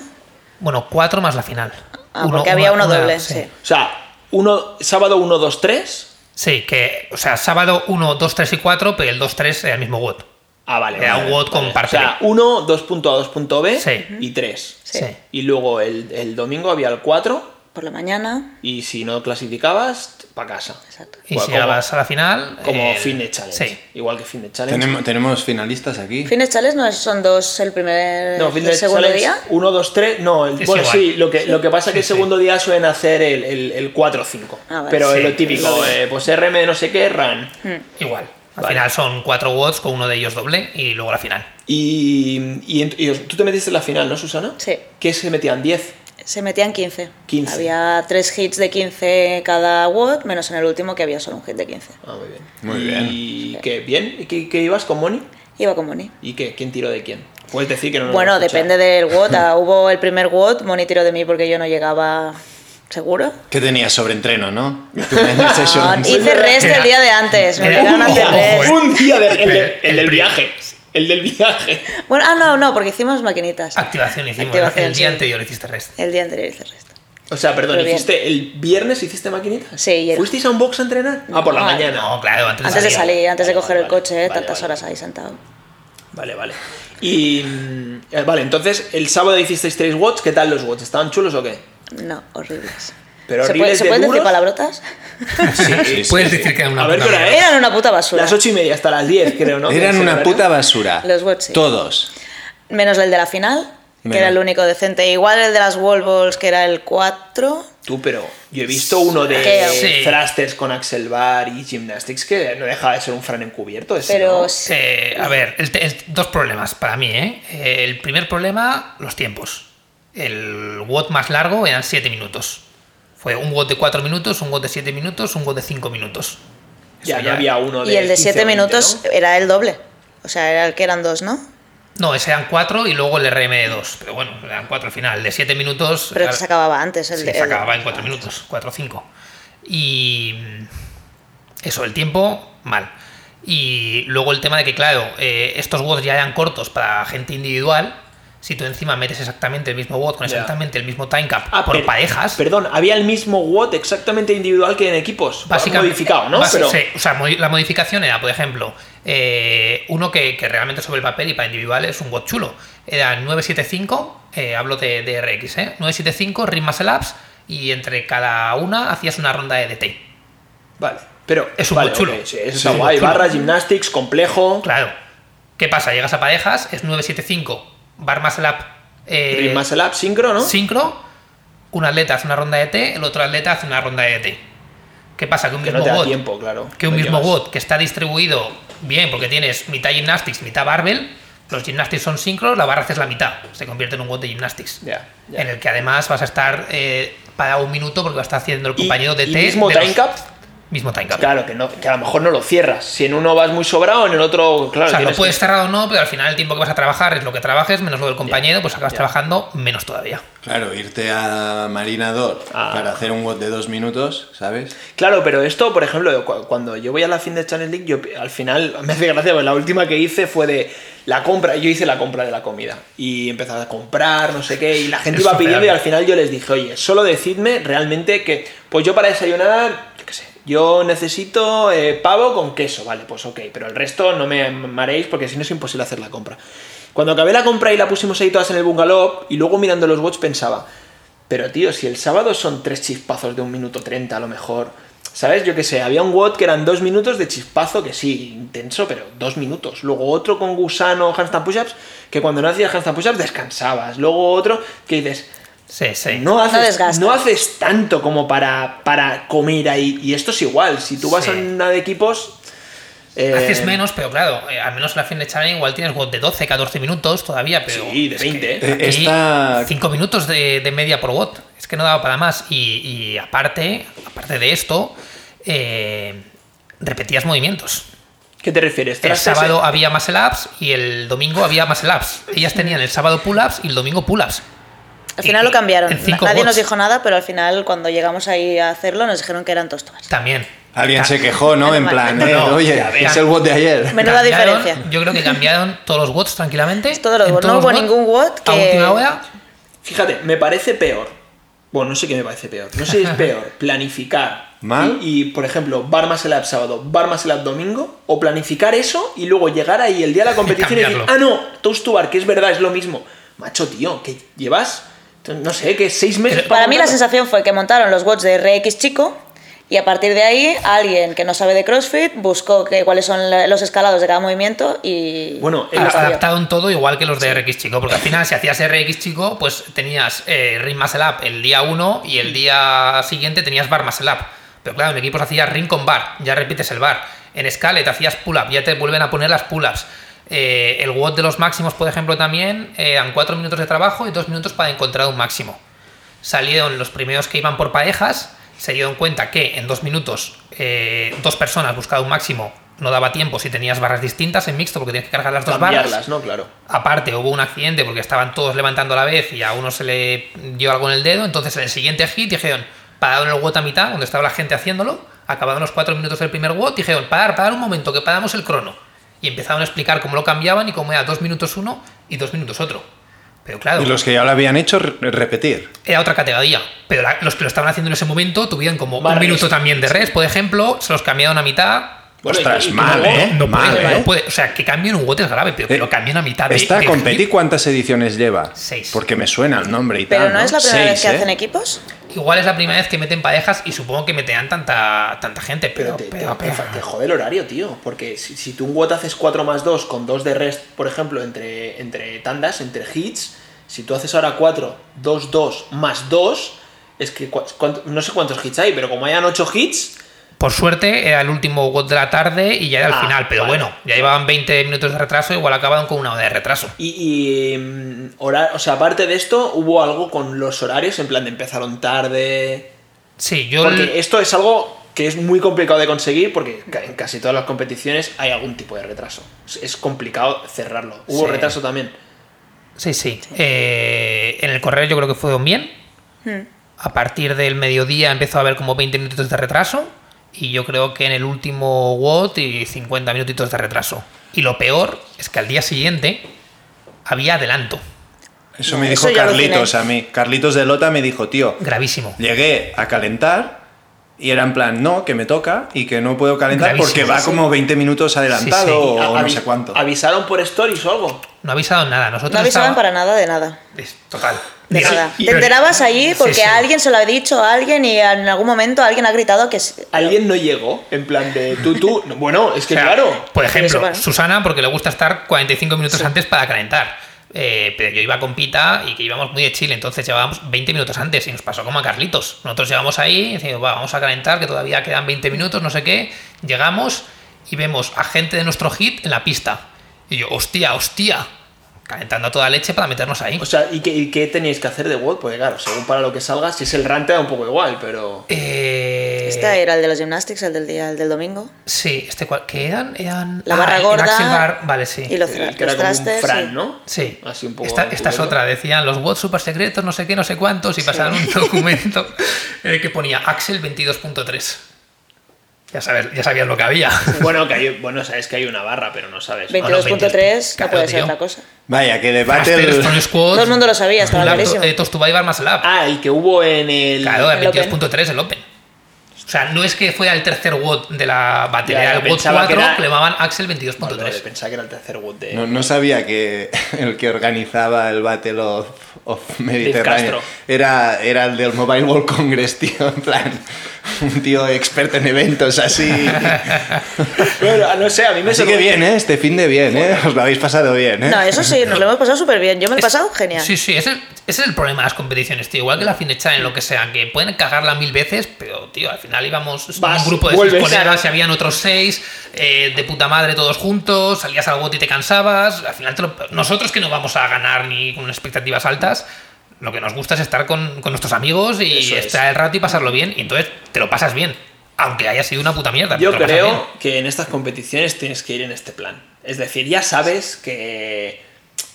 C: Bueno, cuatro más la final.
D: Ah, porque había uno
C: una-
D: doble, sí.
A: O sea, uno, sábado 1, 2, 3.
C: Sí, que, o sea, sábado 1, 2, 3 y 4, pero el 2, 3 era el mismo WOT.
A: Ah, vale.
C: Era
A: vale.
C: un WOT con
A: O sea,
C: parcela.
A: 1, 2.A, 2.B
C: Sí.
A: y 3.
D: sí.
C: Sí.
A: Y luego el, el domingo había el 4
D: Por la mañana,
A: y si no clasificabas, para casa.
D: exacto.
C: Y
A: Bueno,
C: si
A: como-
C: llegabas a la final...
A: Como
C: el-
A: fin de challenge.
C: Sí.
A: Igual que fin de challenge.
B: ¿Tenemos, tenemos finalistas aquí.
D: Fines chales no es- son dos el primer
A: No, fin
D: el
A: de
D: segundo
A: challenge.
D: día.
A: 1, 2, 3. No, el,
C: Es
A: bueno,
C: igual.
A: sí lo, que, lo que pasa es que
C: Sí, sí.
A: el segundo día suelen hacer el, el, el 4 5.
D: Ah, vale.
A: Pero
C: Sí,
A: es lo típico,
C: lo
A: eh, pues RM de no sé qué, RAN.
C: Igual. Al
A: Vale.
C: final son cuatro watts con uno de ellos doble y luego la final.
A: Y, y, ent- y os- tú te metiste en la final, ¿no, Susana?
D: Sí.
A: Que se metían 10.
D: Se metían 15.
A: 15.
D: Había tres hits de 15 cada WOD, menos en el último que había solo un hit de 15.
A: Ah, muy bien.
B: Muy
A: ¿Y qué? ¿Bien? ¿Y qué, qué ibas con Moni?
D: Iba con Moni.
A: ¿Y qué? ¿Quién tiró de quién? Puedes decir que no. [laughs]
D: Bueno, depende del WOD. Ah, Hubo el primer WOD, Moni tiró de mí porque yo no llegaba ¿Seguro?
B: ¿Qué tenías sobreentreno,
D: [laughs]
B: no? Tú tenías eso
D: No,
B: en-
D: hice rest el día de antes. Me
B: [laughs]
D: obligaron a hacer
C: Ojo, eh.
D: rest.
A: Un día del, el, de- el del
C: El
A: viaje. El del viaje.
D: Bueno, ah, no, no, porque hicimos maquinitas.
C: Activación hicimos.
D: Activación,
C: el día
D: sí.
C: anterior hiciste rest.
D: El día anterior hice rest.
A: O sea, perdón,
D: Pero bien.
A: ¿hiciste el viernes hiciste maquinitas?
D: Sí, y el-
A: ¿Fuisteis a un box a entrenar? Ah, por la
D: No,
A: mañana.
C: No, claro, antes,
D: Antes de
C: salir.
D: salir, antes de
A: Vale,
D: coger el
A: vale,
D: coche, eh,
A: vale,
D: tantas
A: vale.
D: horas ahí sentado.
A: Vale, vale. Y. mm, eh, Vale, entonces el sábado hicisteis tres watts. ¿Qué tal los watts? ¿Estaban chulos o qué?
D: No, horribles.
A: Pero
D: ¿Se,
A: horribles
D: ¿se
A: de
D: pueden decir
A: duros.
D: palabrotas?
B: Sí, sí,
C: Puedes
B: sí.
C: decir que era una
A: A ver
C: puta
A: qué hora
C: mierda.
A: es.
D: Eran una puta basura.
A: Las ocho y media hasta las 10, creo, ¿no?
B: [laughs] Eran
A: ¿Ese
B: una
A: horario?
B: puta basura.
D: Los Wotsi.
B: Todos.
D: Menos el de la final,
B: Menos.
D: que era el único decente. Igual el de las Wall Balls, que era el 4.
A: Tú, pero yo he visto uno de
D: Creo.
C: Sí.
A: thrusters con Axel Bar y gymnastics que no deja de ser un fran encubierto. Ese,
D: Pero
A: ¿no?
D: sí.
C: Eh, a ver, el te- el- dos problemas para mí, ¿eh? Eh, El primer problema, los tiempos. El WOT más largo eran 7 minutos. Fue un WOT de 4 minutos, un WOT de 7 minutos, un WOT de 5 minutos.
A: ya,
C: Eso
A: no había uno de.
D: y el de
A: 15 o
D: 7
A: 20,
D: minutos
A: ¿no?
D: era el doble. O sea, era el que eran dos, ¿no?
C: No, ese eran 4 y luego el RM de 2. Pero bueno, eran 4 al final. El de 7 minutos.
D: Pero
C: era-
D: que se acababa antes. El
C: Sí,
D: de,
C: se
D: el-
C: acababa en 4 minutos, 4 o 5. Y mm, eso, el tiempo, mal. Y luego el tema de que, claro, eh, estos WODs ya eran cortos para gente individual. Si tú encima metes exactamente el mismo WOD con
A: Ya.
C: exactamente el mismo time cap
A: Ah,
C: por
A: per-
C: parejas,
A: Perdón, había el mismo WOT exactamente individual que en equipos.
C: básicamente.
A: Modificado, ¿no?
C: basi-
A: Pero-
C: sí, o sea, modi- la modificación era, por ejemplo, eh, uno que, que realmente sobre el papel y para individual es un WOD chulo. Era 975, eh, hablo de, de RX, ¿eh? 975, Rim Muscle Ups, y entre cada una hacías una ronda de DT.
A: Vale. Pero
C: Es un
A: vale,
C: buen chulo.
A: ok, sí, eso
B: Sí,
A: está
B: un
A: guay.
B: buen chulo.
A: Barra, gymnastics, complejo.
C: Claro. ¿Qué pasa? Llegas a parejas, es 975, bar muscle up, eh,
A: Rim muscle up, sincro, ¿no?
C: sincro, un atleta hace una ronda de T, el otro atleta hace una ronda de T. ¿Qué pasa? Que un
A: Que no
C: mismo
A: te da
C: bot,
A: tiempo, claro.
C: que un
A: No
C: mismo
A: llegas.
C: bot que está distribuido bien, porque tienes mitad gymnastics, mitad barbell, los gymnastics son sincros, la barra haces la mitad, se convierte en un bot de gymnastics.
A: Ya, ya.
C: En el que además vas a estar eh, parado un minuto porque va a estar haciendo el
A: Y-
C: compañero de
A: y
C: T.
A: mismo
C: de
A: time
C: los-
A: cap.
C: Mismo time cap.
A: Claro, que, no, que a lo mejor no lo cierras. Si en uno vas muy sobrado, en el otro, claro.
C: O sea, lo
A: tienes
C: puedes
A: que-
C: cerrar o no, pero al final el tiempo que vas a trabajar es lo que trabajes, menos lo del compañero, pues acabas
A: ya.
C: trabajando menos todavía.
B: Claro, irte a Marinador
A: Ah.
B: para hacer un WOT de dos minutos, ¿sabes?
A: Claro, pero esto, por ejemplo, cu- cuando yo voy a la fin de Channel League, yo pi- al final me hace gracia, porque la última que hice fue de la compra, yo hice la compra de la comida y empezaba a comprar, no sé qué, y la gente
C: Es
A: iba pidiendo y
C: superable.
A: al final yo les dije, oye, solo decidme realmente que, pues yo para desayunar, yo qué sé, yo necesito eh, pavo con queso, vale, pues ok, pero el resto no me mareéis porque si no es imposible hacer la compra. Cuando acabé la compra y la pusimos ahí todas en el bungalow y luego mirando los watch pensaba, pero tío, si el sábado son tres chispazos de un minuto treinta a lo mejor. ¿Sabes? Yo qué sé, había un WOT que eran dos minutos de chispazo, que sí, intenso, pero dos minutos. Luego otro con gusano, handstand push-ups, que cuando no hacías handstand push-ups descansabas. Luego otro que dices,
C: Sí, sí.
A: no haces,
D: desgastas.
A: no haces tanto como para, para comer ahí. Y esto es igual, si tú vas
C: Sí.
A: a una de equipos... eh,
C: Haces menos, pero claro, eh, al menos en la fin de challenge igual tienes WOD de 12, 14 minutos todavía, pero.
A: Sí, de 20,
B: eh. Esta-
C: 5 minutos de, de media por WOD. Es que no daba para más. Y, y aparte, aparte de esto, eh, repetías movimientos.
A: ¿Qué te refieres?
C: El
A: Thrusters,
C: sábado había más ups y el domingo había más ups. Ellas tenían el sábado pull-ups y el domingo pull-ups.
D: Al final lo cambiaron.
C: En cinco
D: Nadie nos
C: bots.
D: dijo nada, pero al final cuando llegamos ahí a hacerlo nos dijeron que eran tostones.
C: También.
B: Alguien
C: Ta-
B: se quejó, ¿no? En plan,
C: No,
B: eh,
C: no,
B: oye,
C: ya ves.
B: es el WOT de ayer.
D: Menuda
C: Cambiaron,
D: diferencia. Pues
C: Yo creo que cambiaron todos los WOTs tranquilamente.
D: Todos los
C: en
D: WOTs, no hubo
C: WOTs,
D: ningún WOT
C: A
D: que-
C: última hora,
A: Fíjate, me parece peor. Bueno, no sé qué me parece peor. No
B: [laughs]
A: sé si es peor planificar.
B: ¿Mal?
A: Y, y, por ejemplo, bar más el app sábado, bar más el app domingo. O planificar eso y luego llegar ahí el día
B: [laughs]
A: de la competición y, decir, ah,
C: cambiarlo.
A: no, toast to bar, que es verdad, es lo mismo. Macho, tío, que llevas, no sé, que seis meses.
D: Para mí la
A: montarlo.
D: sensación fue que montaron los watts de RX chico y a partir de ahí alguien que no sabe de CrossFit buscó que, cuáles son la- los escalados de cada movimiento y...
A: Bueno,
D: y
A: el-
D: lo
C: has
D: cambió.
C: adaptado en todo igual que los de RX chico, porque al final si hacías RX chico, pues tenías eh, Ring Muscle Up el día 1 y el día siguiente tenías Bar Muscle Up. Pero claro, en equipos hacías Ring con Bar, ya repites el Bar. En Scalet hacías Pull Up, ya te vuelven a poner las Pull Ups. Eh, el WOD de los máximos, por ejemplo, también eh, eran 4 minutos de trabajo y 2 minutos para encontrar un máximo salieron los primeros que iban por parejas, se dieron cuenta que en dos minutos eh, dos personas buscaban un máximo no daba tiempo si tenías barras distintas en mixto porque tenías que cargar las dos
A: Cambiarlas,
C: barras.
A: ¿no? Claro.
C: Aparte, hubo un accidente porque estaban todos levantando a la vez y a uno se le dio algo en el dedo. Entonces, en el siguiente hit dijeron, parado en el WOT a mitad, donde estaba la gente haciéndolo. Acabaron los cuatro minutos del primer WOT, dijeron, parar, parar un momento, que paramos el crono. Y empezaron a explicar cómo lo cambiaban y cómo era dos minutos uno y dos minutos otro. Pero claro,
B: Y los que ya lo habían hecho, re- repetir.
C: era otra categoría. Pero la- los que lo estaban haciendo en ese momento tuvieron como
A: Barres.
C: un minuto también de res, por ejemplo, se los cambiaron a mitad,
A: Bueno, y-
B: Ostras,
A: y- y
B: mal,
A: luego-
B: ¿eh?
C: no
B: mal,
C: puede,
B: ¿eh?
C: no puede. O sea, que cambien un WOT es grave, pero que
B: Eh,
C: lo cambien a mitad de.
B: ¿Esta
C: de
B: Competi
C: hit.
B: cuántas ediciones lleva?
C: Seis.
B: Porque me suena el nombre y
D: Pero
B: tal.
D: no es la primera
B: Seis,
D: vez que
B: ¿eh?
D: hacen equipos.
C: Igual es la primera vez que meten parejas y supongo que metean tanta, tanta gente,
A: Pero
C: pero.
A: te, te-
C: pero-
A: te-
C: pero-
A: te jode el horario, tío. Porque si, si tú un WOT haces 4 más 2 con 2 de rest, por ejemplo, entre, entre tandas, entre hits, si tú haces ahora 4, 2, 2 más 2, es que cua- cuánto- no sé cuántos hits hay, pero como hayan 8 hits,
C: Por suerte era el último WOT de la tarde y ya era el
A: Ah,
C: final, pero
A: vale.
C: bueno, ya llevaban 20 minutos de retraso, igual acababan con una hora de retraso.
A: Y, y, mm, hora- o sea, aparte de esto, hubo algo con los horarios, en plan de empezaron tarde.
C: Sí, yo. el-
A: Porque esto es algo que es muy complicado de conseguir porque ca- en casi todas las competiciones hay algún tipo de retraso. Es- Es complicado cerrarlo. Hubo
C: Sí.
A: retraso también.
C: Sí, sí. Eh, en el correo yo creo que fueron bien.
D: Hmm.
C: A partir del mediodía empezó a haber como 20 minutitos de retraso. Y yo creo que en el último WOT y 50 minutitos de retraso. Y lo peor es que al día siguiente había adelanto.
B: Eso
D: No,
B: me
D: eso
B: dijo
D: ya lo
B: Carlitos
D: tiene.
B: a mí. Carlitos de Lota me dijo, tío,
C: Gravísimo.
B: llegué a calentar y era en plan, no, que me toca y que no puedo calentar
C: Gravísimo,
B: porque va
C: sí.
B: como 20 minutos adelantado
C: Sí, sí.
B: o
A: A-
B: no
A: avi-
B: sé cuánto.
A: ¿Avisaron por stories o algo?
C: No avisaron nada. Nosotros
D: No avisaban
C: estaba-
D: para nada de nada.
C: Es Total.
D: De
C: Ni-
D: nada.
C: ni-
D: Te enterabas allí
C: Sí,
D: porque
C: sí.
D: a alguien se lo ha dicho a alguien y en algún momento alguien ha gritado que es-
A: Alguien no llegó, en plan de tú,
B: [laughs]
A: tú. No, Bueno, es que
C: O sea,
A: claro.
C: Por
D: Pero eso
C: ejemplo,
D: para-
C: Susana, porque le gusta estar 45 minutos antes para calentar. Eh, pero yo iba con Pita y que íbamos muy de chile, entonces llevábamos 20 minutos antes y nos pasó como a Carlitos. Nosotros llegamos ahí y decimos, "Va, vamos a calentar, que todavía quedan 20 minutos, no sé qué. Llegamos y vemos a gente de nuestro hit en la pista. Y yo, hostia, hostia, calentando a toda leche para meternos ahí.
A: O sea, ¿y qué, y qué teníais que hacer de WOD? Porque claro, según para lo que salga, si es el rant te da un poco igual, pero.
C: Eh,
D: Este era el de los gymnastics, el del día, el del domingo.
C: Sí, este cual- ¿qué eran? Eran
D: La
C: ah,
D: barra
C: el
D: gorda
C: Axel bar- vale, sí.
D: Y los,
A: el
D: tra-
A: que era
D: los
A: como un
D: trasters.
A: Fran,
D: y-
A: ¿no?
C: Sí.
A: Así un poco.
C: esta, esta es
A: encubierto.
C: otra, decían los bots super secretos, no sé qué, no sé cuántos, y
A: [laughs]
C: pasaron un documento en el que ponía Axel 22.3. Ya sabes, ya sabías lo que había.
A: Bueno, que hay, bueno, sabes que hay una barra, pero no sabes.
D: 22.3 no
C: Claro,
D: puede ser
C: tío.
D: otra cosa.
B: Vaya, que debate
C: Faster,
B: el...
C: Strong Squad,
D: Todo el mundo lo sabía, estaba
C: Lab-
D: clarísimo.
C: eh, Toast to Buy, Bar más Lab.
A: Ah, el que hubo en el.
C: claro,
D: el
C: el 22.3 el Open. O sea, no es que fuera el tercer WOT de la batería,
A: Ya,
C: era el WOT
A: pensaba
C: 4
A: que
C: que,
A: era-
C: le llamaban Axel
A: Vale, vale,
C: 22.3.
A: pensaba que era el tercer WOD de.
B: [laughs] No, no sabía que [laughs] el que organizaba el Battle of, of Mediterráneo
A: Castro.
B: era, era el del Mobile World Congress, [laughs] tío, en plan, un tío experto en eventos así.
A: Bueno, no sé, a mí me
B: Así que
A: sorprendió.
B: bien, ¿eh? Este fin de bien, ¿eh? Os lo habéis pasado bien, ¿eh?
D: No, eso sí, nos lo hemos pasado súper bien. Yo me he pasado genial.
C: Sí, sí, ese, ese es el problema de las competiciones, tío. Igual que la finecha en lo que sea, que pueden cagarla mil veces, pero, tío, al final íbamos
A: Vas,
C: un grupo de
A: vuelves.
C: seis colegas y habían otros seis, eh, de puta madre todos juntos, salías al bote y te cansabas. Al final, te lo- nosotros que no vamos a ganar ni con expectativas altas, lo que nos gusta es estar con, con nuestros amigos y
A: Eso es.
C: estar el rato y pasarlo bien. Y entonces te lo pasas bien, aunque haya sido una puta mierda. pero
A: Yo
C: te lo pasas bien.
A: creo que en estas competiciones tienes que ir en este plan. Es decir, ya sabes que,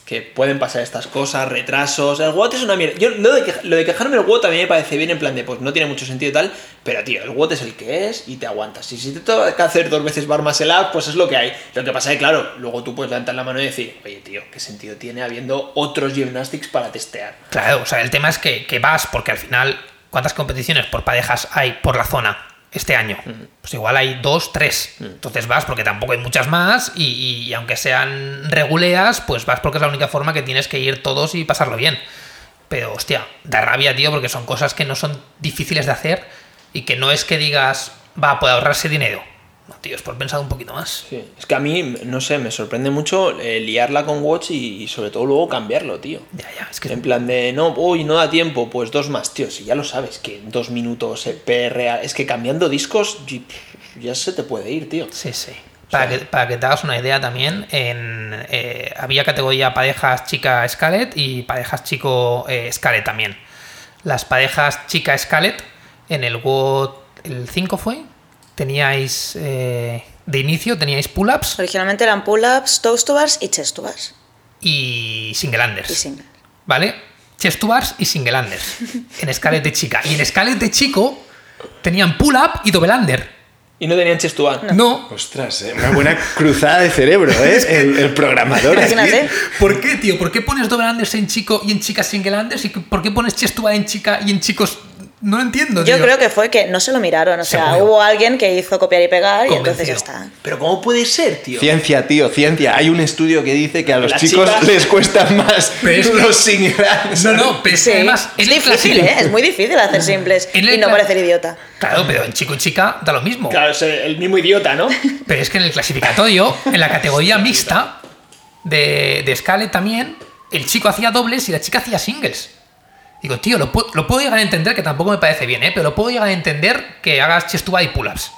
A: que pueden pasar estas cosas, retrasos. El WOT es una mierda. Yo lo de, quej- lo de quejarme del WOT a mí me parece bien en plan de, pues no tiene mucho sentido y tal. Pero tío, el WOT es el que es y te aguantas. Y si te toca hacer dos veces bar más el app, pues es lo que hay. Lo que pasa es que, claro, luego tú puedes levantar la mano y decir, oye tío, ¿qué sentido tiene habiendo otros gymnastics para testear?
C: Claro, o sea, el tema es que, que vas, porque al final, ¿cuántas competiciones por parejas hay por la zona este año? Pues igual hay dos, tres. Entonces vas porque tampoco hay muchas más y, y- y aunque sean reguleas, pues vas porque es la única forma que tienes que ir todos y pasarlo bien. Pero hostia, da rabia, tío, porque son cosas que no son difíciles de hacer y que no es que digas, va, puede ahorrarse dinero. No, tío, es por pensar un poquito más.
A: Sí, Es que a mí, no sé, me sorprende mucho eh, liarla con Watch y, y sobre todo luego cambiarlo, tío.
C: Ya, ya, es que
A: En plan de, no, uy, no da tiempo, pues dos más, tío, si ya lo sabes, que en dos minutos eh, PR, es que cambiando discos y- ya se te puede ir, tío.
C: Sí, sí. Para, que, para que te hagas una idea también, en, eh, había categoría parejas chica Scarlett y parejas chico eh, Scarlett también. Las parejas chica Scarlett en el WOT el 5 fue, teníais eh, de inicio teníais pull-ups
D: Originalmente eran pull-ups, toes to bars y chest to bars.
C: y single-unders.
D: Y single.
C: ¿Vale? Chest to bars y single unders. En scalet de chica. Y en scalet de chico tenían pull up y double under.
A: Y no tenían chestuán.
C: No.
B: Ostras, eh, una buena cruzada de cerebro, ¿eh? El, el programador. aquí.
D: Imagínate.
C: ¿Por qué, tío? ¿Por qué pones double unders en chico y en chica single unders? ¿Y por qué pones chest to bar en chica y en chicos? No lo entiendo,
D: Yo
C: tío.
D: creo que fue que no se lo miraron, o sea,
C: Seguro.
D: hubo alguien que hizo copiar y pegar y entonces ya
C: Convencido.
D: está.
A: Pero ¿cómo puede ser, tío? [laughs]
B: Ciencia, tío, ciencia. Hay un estudio que dice que a los
A: Las
B: chicos
A: chicas-
B: les cuesta más
C: Pero es que-
B: los sin
C: No, no, pero es que
D: Sí,
C: además
D: es
C: en el
D: difícil,
C: clásico-
D: ¿eh? Es muy difícil hacer simples
C: En el
D: y no
C: cla-
D: parecer idiota.
C: Claro, pero en chico y chica da lo mismo.
A: Claro, es el mismo idiota, ¿no?
C: Pero es que en el clasificatorio, en la categoría mixta de, de Scarlett también, el chico hacía dobles y la chica hacía singles. Digo, tío, lo, pu- lo puedo llegar a entender, que tampoco me parece bien, ¿eh? pero lo puedo llegar a entender que hagas chestuba y pull-ups.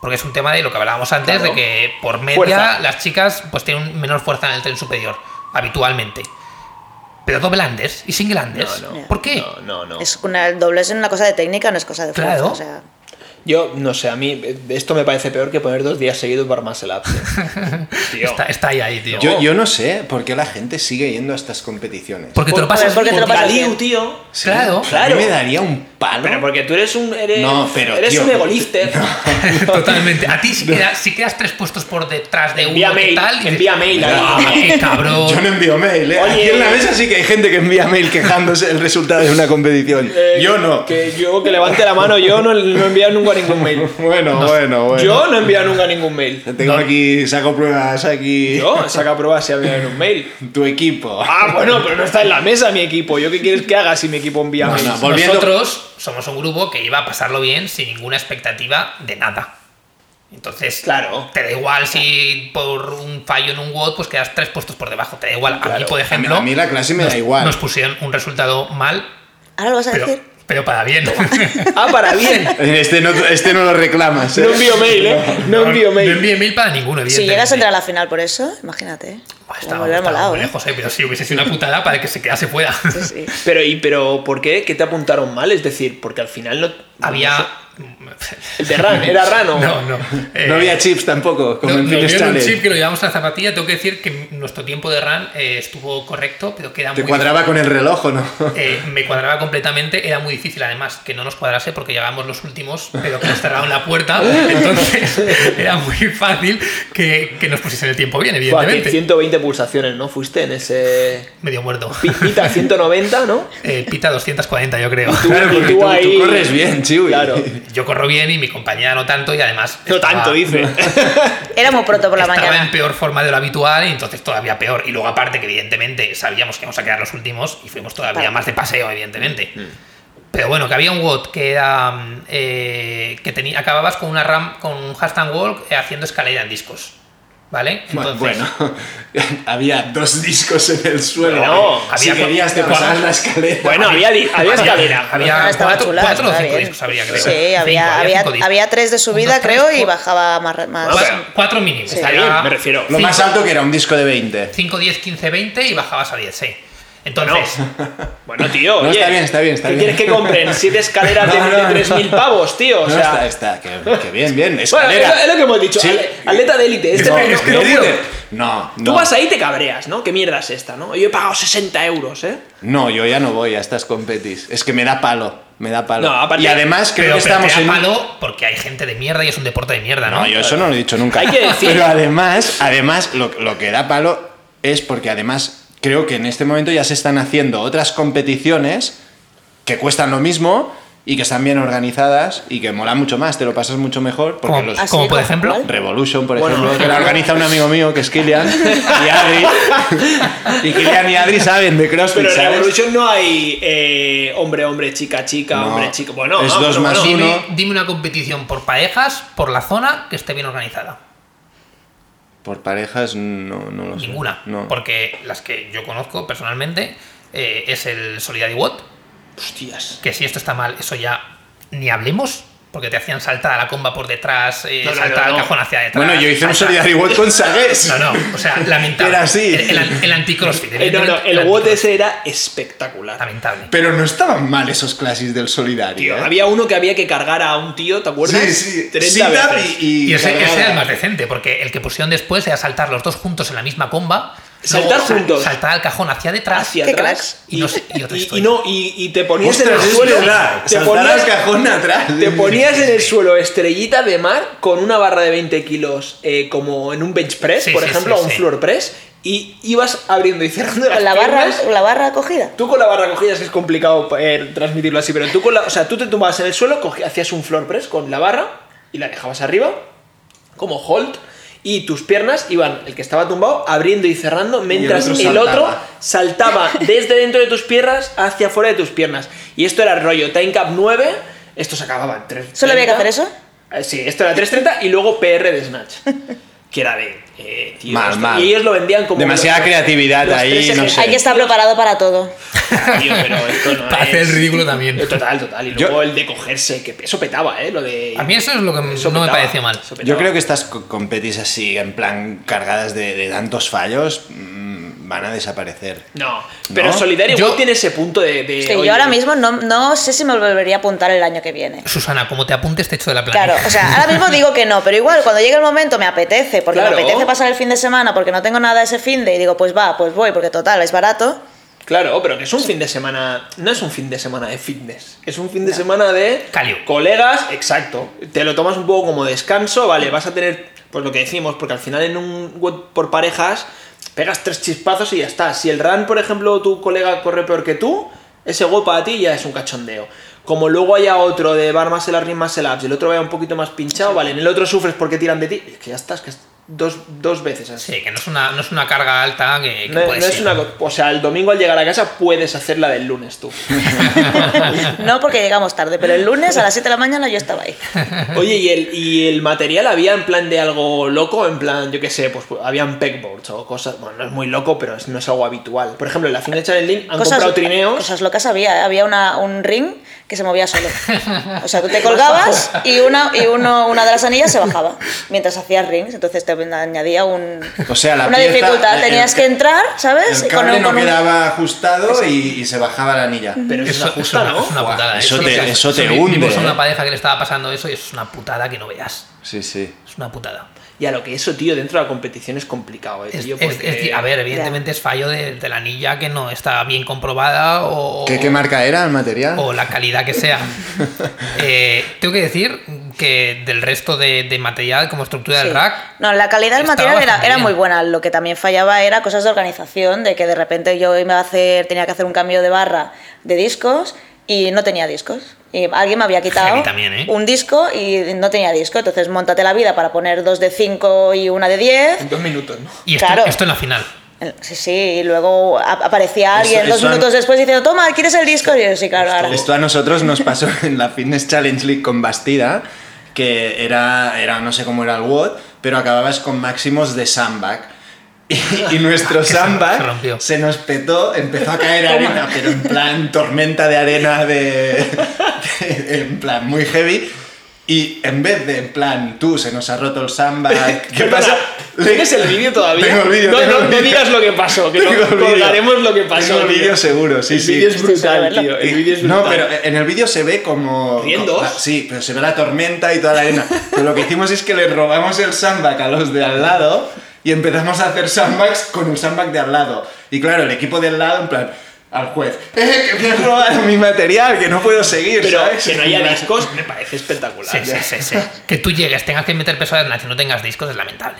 C: Porque es un tema de lo que hablábamos antes,
A: Claro.
C: de que por media
A: Fuerza.
C: las chicas pues tienen menor fuerza en el tren superior, habitualmente. Pero doble unders y single unders.
A: No, no,
C: ¿Por [laughs] qué?
A: No, no, no.
D: Es una, el doble es una cosa de técnica, no es cosa de fuerza.
C: Claro.
D: O sea,
A: Yo, no sé, a mí eh, esto me parece peor que poner dos días seguidos para más el
C: [laughs]
A: app. Tío.
C: Está, está ahí, ahí, tío.
B: Yo, yo no sé por qué la gente sigue yendo a estas competiciones.
C: porque te lo pasas.
D: porque te lo
C: bien.
D: pasas bien.
A: Galiu, tío.
B: Sí,
C: Claro.
B: A
A: Claro.
B: mí me daría un palo.
A: Pero porque tú eres un. Eres,
B: No, pero,
A: Eres
B: tío,
A: un egolifter.
B: [laughs]
A: [laughs]
C: Totalmente. A ti si, quedas, si quedas tres puestos por detrás de
A: Envía
C: uno que
A: mail,
C: tal, dices,
A: envía mail,
C: "Ah,
A: ahí".
C: qué
B: [laughs]
C: cabrón.
B: Yo no envío mail, ¿eh?
A: Oye.
B: Aquí en la mesa sí que hay gente que envía mail quejándose el resultado de una competición.
A: Eh,
B: yo no.
A: Que yo que levante la mano, yo no, no he enviado nunca ningún mail.
B: [laughs] Bueno, bueno, bueno.
A: Yo no he enviado nunca ningún mail.
B: Tengo aquí, saco pruebas aquí.
A: Yo, saca prueba si ha enviado un mail.
B: Tu equipo.
A: Ah, bueno, pero no está en la mesa mi equipo. ¿Yo qué quieres que haga si mi equipo envía
B: No,
A: mail?
B: no, volviendo-
C: Nosotros somos un grupo que iba a pasarlo bien sin ninguna expectativa de nada. Entonces,
A: Claro.
C: te da igual si por un fallo en un WOD pues quedas tres puestos por debajo. Te da igual. a mí,
A: Claro.
C: por
B: A mí,
C: ejemplo,
B: a mí la clase me da igual.
C: nos pusieron un resultado mal,
D: ahora lo vas a
C: pero,
D: decir.
C: pero para bien.
A: Ah, para bien.
B: [laughs] [laughs] Este no, este no lo reclamas. ¿eh?
A: No envío mail, ¿eh?
C: [laughs]
A: No envío
C: No
A: mail.
C: envío mail para ninguno,
D: Si llegas a
C: evidentemente.
D: entrar a la final por eso, imagínate.
C: Buah,
D: Como
C: Estaba,
D: hubiera
C: estaba
D: molado,
C: muy
D: ¿eh?
C: lejos, eh, pero sí hubiese sido una putada para que se quedase fuera.
D: Sí, sí.
A: Pero, ¿y pero por qué? ¿Qué te apuntaron mal? Es decir, porque al final no.
C: Había.
A: El de Ran, era Ran o.
C: [laughs] No, no. eh,
B: No había chips tampoco, como
C: no-
B: en
C: nos
B: Fitness
C: dieron un
B: Challenge.
C: chip que lo llevamos a la zapatilla. Tengo que decir que nuestro tiempo de run eh, estuvo correcto, pero que era
B: Te
C: muy
B: cuadraba con el reloj, ¿o
A: [laughs]
B: no?
C: eh, me cuadraba completamente, era muy difícil además que no nos cuadrase porque llegábamos los últimos, pero que nos cerraron la puerta, entonces era muy fácil que, que nos pusiesen el tiempo bien,
A: Buah, que
C: evidentemente.
A: 120 pulsaciones, ¿no? Fuiste en ese.
C: Medio muerto.
A: Pi- Pita 190, ¿no?
C: Eh, pita 240, yo creo.
B: Claro,
A: y
B: porque
A: tú
B: tú, tú
A: ahí-
B: corres bien, Chiwi.
A: Claro.
C: Yo corro bien y mi compañera no tanto y además...
A: No
C: estaba-
A: tanto, dice.
D: Era muy pronto por la
C: estaba en
D: mañana.
C: peor forma de lo habitual y entonces todavía peor. Y luego aparte que evidentemente sabíamos que íbamos a quedar los últimos y fuimos todavía
D: Claro.
C: más de paseo, evidentemente.
B: Mm.
C: Pero bueno, que había un WOD que era mm, eh, que tenía, acababas con una RAM, con un hashtag walk eh, haciendo escalera en discos. ¿Vale?
B: [laughs]
C: Entonces,
B: bueno, [laughs] había dos discos en el suelo.
A: Bueno,
B: si
C: había-
B: querías te pasabas la escalera.
A: Bueno, había, di- había escalera.
C: Había
D: Ah, estaba
C: cuatro,
D: chula,
C: cuatro o
D: estaba
C: cinco
D: bien.
C: discos habría, creo.
D: Sí,
C: Cinco,
D: había, había,
C: cinco discos.
D: había tres de subida,
C: Un, dos, tres,
D: creo, y
C: cuatro.
D: bajaba más. más.
C: Cuatro, cuatro mínimos.
D: Está
A: Está bien,
C: Había
A: me refiero.
B: Lo más
C: cinco-
B: alto que era un disco de 20.
C: 5, 10, 15, 20 y bajabas a 10, sí. Entonces,
A: Bueno, tío,
B: No,
A: oye,
B: está bien, está bien, está
A: ¿qué
B: bien.
A: quieres que compren?
B: [laughs]
A: Siete escaleras de,
B: No, no,
A: de 3.000
B: no.
A: pavos, tío. O
B: No,
A: sea,
B: está, está, que, que bien,
A: [laughs]
B: bien.
A: bueno, es
B: Escalera.
A: lo, es lo que hemos dicho.
B: Sí.
A: ale- atleta de élite. Este
B: No,
A: no,
B: es que
A: no
B: te
A: puedo.
B: digo- no, no.
A: Tú vas ahí y te cabreas, ¿no? ¿Qué mierda es esta, no? Yo he pagado 60 euros, ¿eh?
B: No, yo ya no voy a estas competis. Es que me da palo. Me da palo.
A: No, aparte-
B: y además creo
C: pero,
B: que
C: pero
B: estamos
C: te da
B: en.
C: palo porque hay gente de mierda y es un deporte de mierda, ¿no?
B: No, yo eso no lo he dicho nunca.
A: Hay
B: [laughs]
A: que decir-
B: Pero además, además, lo, lo que da palo es porque además creo que en este momento ya se están haciendo otras competiciones que cuestan lo mismo y que están bien organizadas y que mola mucho más, te lo pasas mucho mejor. Porque
C: Como,
B: los
D: Así
C: como por
D: tal
C: ejemplo.
D: cual.
B: Revolution, por
A: Ah, Bueno.
B: ejemplo, que la organiza un amigo mío que es
A: [laughs]
B: Kilian y Adri. Y Kilian y Adri saben de CrossFit,
A: Pero en
B: ¿sabes?
A: Revolution no hay eh, hombre, hombre, chica, chica,
B: No.
A: hombre, chico. Bueno,
B: Es
A: ah,
B: dos
A: bueno,
B: más
A: bueno.
B: uno.
C: Dime, dime una competición por parejas, por la zona, que esté bien organizada.
B: Por parejas no, no lo sé.
C: Ninguna.
B: No.
C: Porque las que yo conozco personalmente eh, es el Solidarity Watt,
A: Hostias.
C: que si esto está mal, eso ya ni hablemos. porque te hacían saltar a la comba por detrás, eh,
A: No, no,
C: saltar
A: no,
C: al
A: no.
C: cajón hacia detrás.
B: Bueno, yo hice un
C: saltar-
B: solidarity walk con Sagues.
C: [laughs] No, no, o sea, lamentable.
B: Era así.
C: El, el,
B: [laughs]
C: el
A: Eh,
C: anti-crossfit.
A: no, no,
C: evidentemente,
A: el WOT
C: anti-crossfit.
A: ese era espectacular.
C: Lamentable.
B: Pero no estaban mal esos clases del solidario.
A: Tío,
B: ¿eh?
A: había uno que había que cargar a un tío, ¿te acuerdas?
B: Sí, sí.
A: 30
B: sit-up
A: veces.
B: y, y
C: Y ese, ese era
B: cargada.
C: el más decente, porque el que pusieron después era saltar los dos juntos en la misma comba.
A: Saltar
C: luego sal-
A: juntos.
C: Saltar al cajón hacia detrás.
A: hacia
D: Qué
A: atrás
C: cracks. Y no sé- y otra
A: y-
C: historia.
A: no, y, y te ponías en el
B: Ostras, es
A: suelo.
B: verdad.
A: Te
B: Saltar
A: ponías,
B: al cajón atrás.
A: te ponías en el suelo estrellita de mar con una barra de 20 kilos, eh, como en un bench press,
C: Sí,
A: por
C: sí,
A: ejemplo,
C: sí,
A: o un
C: sí.
A: floor press, y ibas abriendo y cerrando las
D: Con la barra,
A: piernas.
D: con la barra cogida.
A: Tú con la barra cogida es que es complicado eh, transmitirlo así, pero tú con la, o sea, tú te tumbabas en el suelo, cogí- hacías un floor press con la barra y la dejabas arriba, como hold, y tus piernas iban, el que estaba tumbado, abriendo y cerrando, mientras
B: otro
A: el otro,
B: saltaba.
A: saltaba desde dentro de tus piernas hacia fuera de tus piernas. Y esto era rollo Time Cap 9, esto se acababa en 3.
D: ¿Solo había que hacer eso?
A: Eh, Sí, esto era 3.30 y luego PR de Snatch. Que era de. eh, tío,
B: Mal,
A: esto-
B: mal.
A: Y ellos lo vendían como.
B: Demasiada creatividad
A: los
B: ahí,
A: tres
B: no
A: ejercicios.
B: sé.
D: Hay que estar preparado para todo.
A: Tío, pero esto no
C: [laughs] Para hacer
A: es-
C: el ridículo también.
A: Eh, Total, total. Y
B: Yo-
A: luego el de cogerse, que eso petaba, ¿eh? Lo de.
C: A mí eso es lo que
A: eso
C: no me
A: petaba,
C: pareció mal.
A: eso
B: Yo
A: petaba.
B: creo que estas co- competis así, en plan, cargadas de, de tantos fallos, mm, van a desaparecer.
A: No, pero
B: ¿No?
A: Solidario
C: Yo-
A: World tiene ese punto de. de,
D: Es que
A: oye,
D: yo ahora mismo no, no sé si me volvería a apuntar el año que viene.
C: Susana, como te apuntes, te echo de la plana.
D: Claro, o sea, ahora mismo digo que no, pero igual cuando llegue el momento me apetece, porque
A: Claro.
D: me apetece pasar el fin de semana, porque no tengo nada ese fin de, y digo, pues va, pues voy, porque total, es barato.
A: Claro, pero que es un fin de semana. No es un fin de semana de fitness. Es un fin de semana de.
C: Calio.
A: Colegas, exacto. Te lo tomas un poco como descanso, vale. Vas a tener. Pues lo que decimos, porque al final en un web por parejas. Pegas tres chispazos y ya está. Si el run, por ejemplo, tu colega corre peor que tú, ese gol para ti ya es un cachondeo. Como luego haya otro de bar más el ring más el y el otro vaya un poquito más pinchado, vale. En el otro sufres porque tiran de ti. Es que ya estás, que es dos, dos veces así.
C: [laughs] Sí, que no es una, no es una carga alta que, que
A: No,
C: puedes
A: no es
C: ir.
A: una co- O sea, el domingo al llegar a casa puedes hacerla del lunes
C: [laughs]
A: tú.
D: No porque llegamos tarde, pero el lunes a las 7 de la mañana yo estaba ahí.
A: Oye, ¿y el, ¿y el material había en plan de algo loco? En plan, yo qué sé, pues habían pegboards o cosas. Bueno, no es muy loco, pero es- no es algo habitual. Por ejemplo, en la fin de Challenge han comprado trineos.
D: cosas locas había, ¿eh? había una- un ring que se movía solo. O sea, tú
A: [laughs]
D: te colgabas y una, y uno, una de las anillas se bajaba mientras hacías rings, entonces te añadía un,
B: O sea, la
D: una
B: pieza-
D: dificultad.
B: el-
D: Tenías
B: el-
D: que entrar, ¿sabes?
B: El
D: Y con
B: cable
D: un-
B: no
D: con un-
B: quedaba ajustado y, y se bajaba la anilla.
A: Pero eso,
C: Eso,
A: es
C: eso
A: justa,
C: es una-
A: ¿no?
C: es una
B: Buah,
C: putada.
B: eso
C: es
B: te-
C: una-
B: eso te
C: mi-
B: hunde,
C: vimos a
B: eh.
C: una pareja que le estaba pasando eso y eso es una putada que no veas.
B: Sí, sí.
C: Es una putada.
A: Y a lo que eso, tío, dentro de la competición es complicado, eh,
C: Es-
A: tío,
C: es- es-
A: porque-
C: a ver, evidentemente es fallo de, de la anilla que no está bien comprobada o,
B: ¿Qué, qué marca era el material?
C: o la calidad
A: [laughs]
C: que sea. Eh, tengo que decir que del resto de, de material como estructura
D: Sí.
C: del rack,
D: No, la calidad del
C: Estaba
D: material era,
C: bastante
D: era
C: bien.
D: muy buena. Lo que también fallaba era cosas de organización, de que de repente yo iba a hacer, tenía que hacer un cambio de barra de discos y no tenía discos. Y
C: [laughs]
D: alguien me había quitado
C: Heavy también, ¿eh?
D: un disco y no tenía disco. Entonces, montate la vida para poner dos de 5 y una de 10.
A: En dos minutos, ¿no?
C: y esto,
D: Claro.
C: esto en la final.
D: Sí, sí, y luego a- aparecía alguien
B: Eso-
D: dos
B: eso a-
D: minutos después diciendo, toma, ¿quieres el disco? Y yo, sí, claro, ahora.
B: Esto a nosotros nos pasó [laughs] en la Fitness Challenge League con Bastida, que era, era no sé cómo era el WOD, pero acababas con máximos de sandbag. [laughs] Y, y
C: [laughs]
B: nuestro
C: se
B: sandbag
C: rompió.
B: se nos petó, empezó a caer arena, pero en plan tormenta de arena de, de- en plan muy heavy. Y en vez de en plan, tú, se nos ha roto el sandbag, ¿qué
A: Perdona,
B: pasa?
A: ¿Tienes el vídeo todavía?
B: Tengo el vídeo,
A: no,
B: tengo
A: no,
B: el
A: no
B: vídeo.
A: digas lo que pasó, que
B: Tengo
A: no,
B: el vídeo.
A: colgaremos lo que pasó.
B: Tengo el vídeo seguro, sí,
A: el
B: sí.
A: vídeo es brutal,
D: Esto es
A: tío. El
B: Y-
A: vídeo es brutal.
B: no, pero eh, en el vídeo se ve como...
A: ¿Riendos?
B: como- sí, pero se ve la tormenta y toda la arena. pero lo que hicimos es que le robamos el sandbag a los de al lado y empezamos a hacer sandbags con el sandbag de al lado. Y claro, el equipo de al lado, en plan, al juez, ¡eh, que me has robado mi material, que no puedo seguir,
A: Pero
B: ¿sabes?
A: que no haya
B: [laughs]
A: discos me parece espectacular.
C: Sí, sí, sí,
D: [laughs]
C: sí. Que tú llegues, tengas que meter peso de y no tengas discos es lamentable.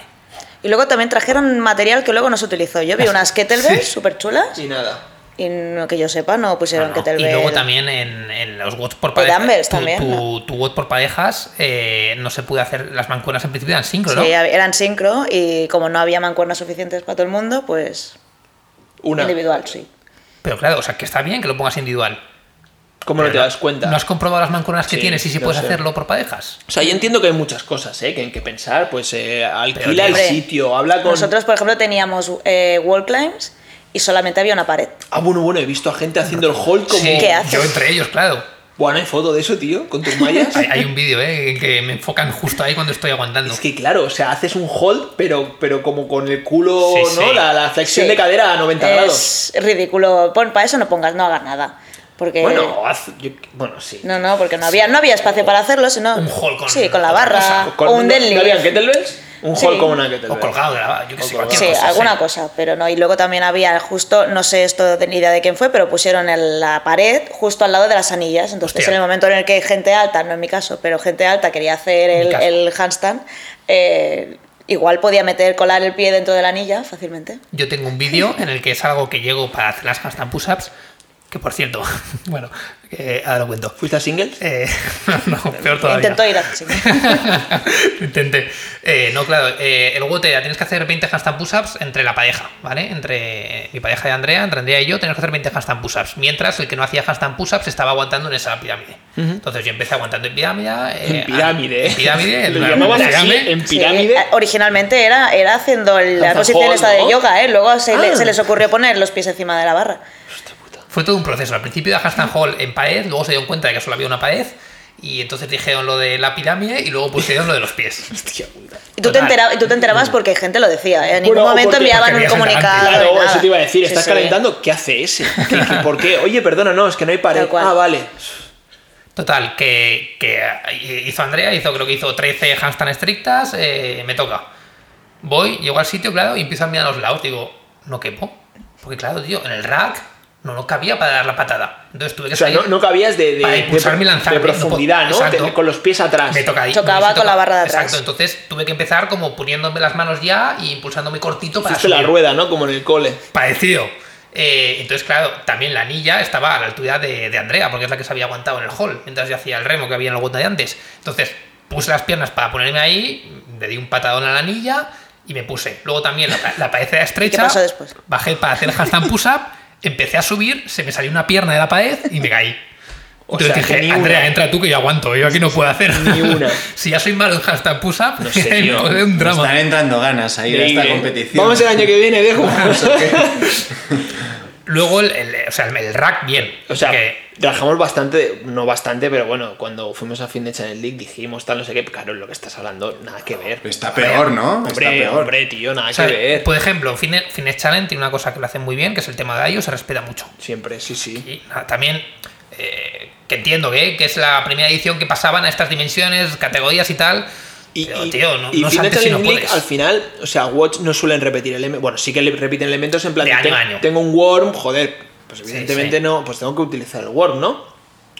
D: Y luego también trajeron material que luego no se utilizó. Yo
B: [laughs]
D: vi unas kettlebells súper chulas
A: Y nada.
D: y no, que yo sepa no pusieron
C: No, no.
D: kettlebell.
C: Y luego también en, en los watts por
D: Y
C: parejas.
D: dumbbells
C: tu,
D: Pues también,
C: tu-
D: ¿no?
C: tu WOD por parejas eh, no se pudo hacer. Las mancuernas en principio eran sincro, ¿no?
D: Sí, hab- eran sincro y como no había mancuernas suficientes para todo el mundo, pues
A: Una.
D: individual, sí.
C: Pero claro, o sea, que está bien que lo pongas individual.
A: ¿Cómo no te das cuenta?
C: ¿No has comprobado las mancuernas que
A: Sí,
C: tienes y si
A: lo
C: puedes
A: sé.
C: hacerlo por parejas?
A: O sea, yo entiendo que hay muchas cosas, ¿eh? Que hay que pensar, pues eh, alquila el
D: hombre,
A: sitio, habla con...
D: Nosotros, por ejemplo, teníamos eh, wall climbs y solamente había una pared.
A: Ah, bueno, bueno, he visto a gente haciendo el hold como...
C: Sí,
D: ¿Qué haces?
C: yo entre ellos, claro.
A: Bueno, hay foto de eso, tío, con tus mallas.
C: [laughs] Hay, hay un vídeo, ¿eh? en Que me enfocan justo ahí cuando estoy aguantando.
A: Es que claro, o sea, haces un hold, pero, pero como con el culo,
C: Sí,
A: ¿no?
C: sí.
A: La, la flexión
D: Sí.
A: de cadera a 90 grados.
D: Es ridículo. Pon, para eso no pongas, no hagas nada. Porque.
A: Bueno, haz- yo- bueno, sí.
D: no, no, porque no había, no había espacio para hacerlo, sino.
C: Un hall con-
D: Sí, con la
C: otra
D: barra.
C: cosa,
A: Con-
D: o
A: ¿no-
D: un deadlift.
A: ¿No habían kettlebells? Un
D: Sí.
A: hold con una kettlebell.
C: O colgado de la barra, yo qué
A: O
C: sé,
A: colgado.
C: cualquier
D: Sí,
C: cosa. sí.
D: alguna cosa, pero no. Y luego también había justo, no sé esto de- ni idea de quién fue, pero pusieron en la pared justo al lado de las anillas. Entonces,
C: Hostia.
D: en el momento en el que gente alta, no en mi caso, pero gente alta quería hacer
C: mi
D: el,
C: caso.
D: el handstand, eh, igual podía meter, colar el pie dentro de la anilla fácilmente.
C: Yo tengo un vídeo en el que es algo que llego para hacer las handstand push-ups, que por cierto, [laughs] bueno, eh, ahora lo cuento.
A: ¿Fuiste a singles?
C: Eh, [laughs] no, peor todavía.
D: Intentó ir a. sí.
C: Lo Intenté. Eh, no, claro, eh, el WOTE ya tienes que hacer 20 handstand push-ups entre la pareja, ¿vale? Entre eh, mi pareja y Andrea, entre Andrea y yo, tenemos que hacer 20 handstand push-ups. Mientras el que no hacía handstand push-ups estaba aguantando en esa pirámide. Entonces yo empecé aguantando en pirámide. eh,
A: En pirámide.
C: En pirámide.
A: Lo
C: en la
A: llamaban así,
C: pirámide.
A: en
D: Sí,
A: pirámide.
D: eh, originalmente era, era haciendo el- la
A: Hands
D: posición
A: hold,
D: esta de
A: ¿no?
D: yoga, ¿eh? Luego se, le-
A: Ah.
D: se les ocurrió poner los pies encima de la barra.
C: Fue todo un proceso. Al principio era Hashtag Hall en pared, luego se dieron cuenta de que solo había una pared, y entonces dijeron lo de la pirámide y luego pusieron lo de los pies.
A: Hostia puta.
D: Y tú, te
C: Total.
D: entera- y tú te enterabas porque gente lo decía, ¿eh? en ningún
A: Bueno,
D: momento
A: porque-
D: enviaban
C: porque había
D: un
C: gente
D: comunicado.
C: antes.
D: ni
A: Claro,
D: Ah, nada.
A: eso te iba a decir,
D: Sí,
A: estás
D: sí.
A: calentando, ¿qué hace
D: [laughs]
A: ese? ¿Qué- qué- ¿Por qué? Oye, perdona, no, es que no hay pared.
D: Tal cual.
A: Ah, vale.
C: Total, que, que hizo Andrea, hizo, creo que hizo 13 handstand estrictas, eh, me toca. Voy, llego al sitio, claro, y empiezo a mirar a los lados, digo, no quepo. Porque claro, tío, en el rack no lo cabía para dar la patada. Entonces tuve que
A: O sea,
C: salir.
A: no, no cabías de, de,
C: Para
A: de-
C: impulsarme y
A: de
C: lanzarme, no
A: profundidad, ¿no?
C: puedo-
A: Te-
C: exacto.
A: con los pies atrás.
C: Me toca ahí.
D: Tocaba
C: Me
D: con
C: toca-
D: la barra de atrás.
C: Exacto, entonces tuve que empezar como poniéndome las manos ya y impulsándome cortito para
A: Hiciste la
C: subir.
A: rueda, ¿no? Como en el cole.
C: Parecido. Eh, entonces, claro, también la anilla estaba a la altura de, de Andrea, porque es la que se había aguantado en el hall, mientras yo hacía el remo que había en la gota de antes. Entonces, puse las piernas para ponerme ahí, le di un patadón a la anilla y me puse. Luego también la, la
D: [laughs]
C: pared era estrecha.
D: pasó después?
C: Bajé para hacer el handstand push-up, empecé a subir, se me salió una pierna de la pared y me caí.
A: O
C: Entonces
A: sea, que ni
C: dije,
A: una.
C: Andrea, entra tú que yo aguanto, yo aquí no puedo hacer.
A: Ni una.
C: [laughs] si ya soy malo en handstand push-up,
A: No
C: [laughs]
A: sé, tío.
C: es un drama.
B: Están entrando ganas a ir a esta
A: Increíble.
B: competición.
A: Vamos el año que viene,
C: [laughs]
A: Diego.
C: Luego, el, el- o sea, el, el rack bien.
A: O sea,
C: que-
A: trabajamos bastante, no bastante, pero bueno, cuando fuimos a fin de Channel League dijimos tal, no sé qué, claro, lo que estás hablando, nada que ver.
B: Está peor, ¿no?
A: Hombre,
B: Está peor.
A: hombre, tío, nada
C: O sea,
A: que ver.
C: Por ejemplo, Fitness Fitness Challenge tiene una cosa que lo hacen muy bien, que es el tema de ellos, se respeta mucho.
A: Siempre, sí, sí.
C: Y nada, también, eh, que entiendo que, que es la primera edición que pasaban a estas dimensiones, categorías y tal.
A: Y,
C: pero,
A: y-
C: tío, no,
A: y
C: no
A: Final
C: saltes si no
A: Challenge League,
C: puedes.
A: al final, o sea, Watch no suelen repetir elementos. Bueno, sí que le repiten elementos en plan
C: De
A: de,
C: año
A: "Ten-
C: a año".
A: tengo un worm, joder, pues evidentemente
C: sí.
A: no, pues tengo que utilizar el worm, ¿no?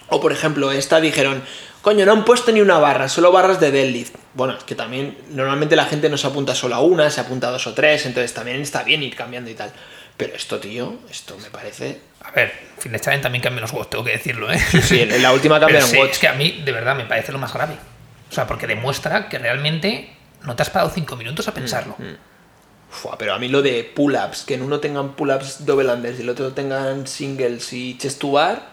A: O por ejemplo, esta dijeron, coño, no han puesto ni una barra, solo barras de deadlift. Bueno, es que también normalmente la gente no se apunta solo a una, se apunta a dos o tres, entonces también está bien ir cambiando y tal. Pero esto, tío, esto me parece.
C: A ver, Fitness Challenge también cambia los juegos, tengo que decirlo, ¿eh?
A: Sí, en en la última
C: [laughs] Pero
A: cambiaron
C: sí,
A: Watch.
C: es que a mí, de verdad, me parece lo más grave. O sea, porque demuestra que realmente no te has parado cinco minutos a pensarlo.
A: Mm, Fua, pero a mí lo de pull-ups, que en uno tengan pull-ups double unders y el otro tengan singles y chest to bar,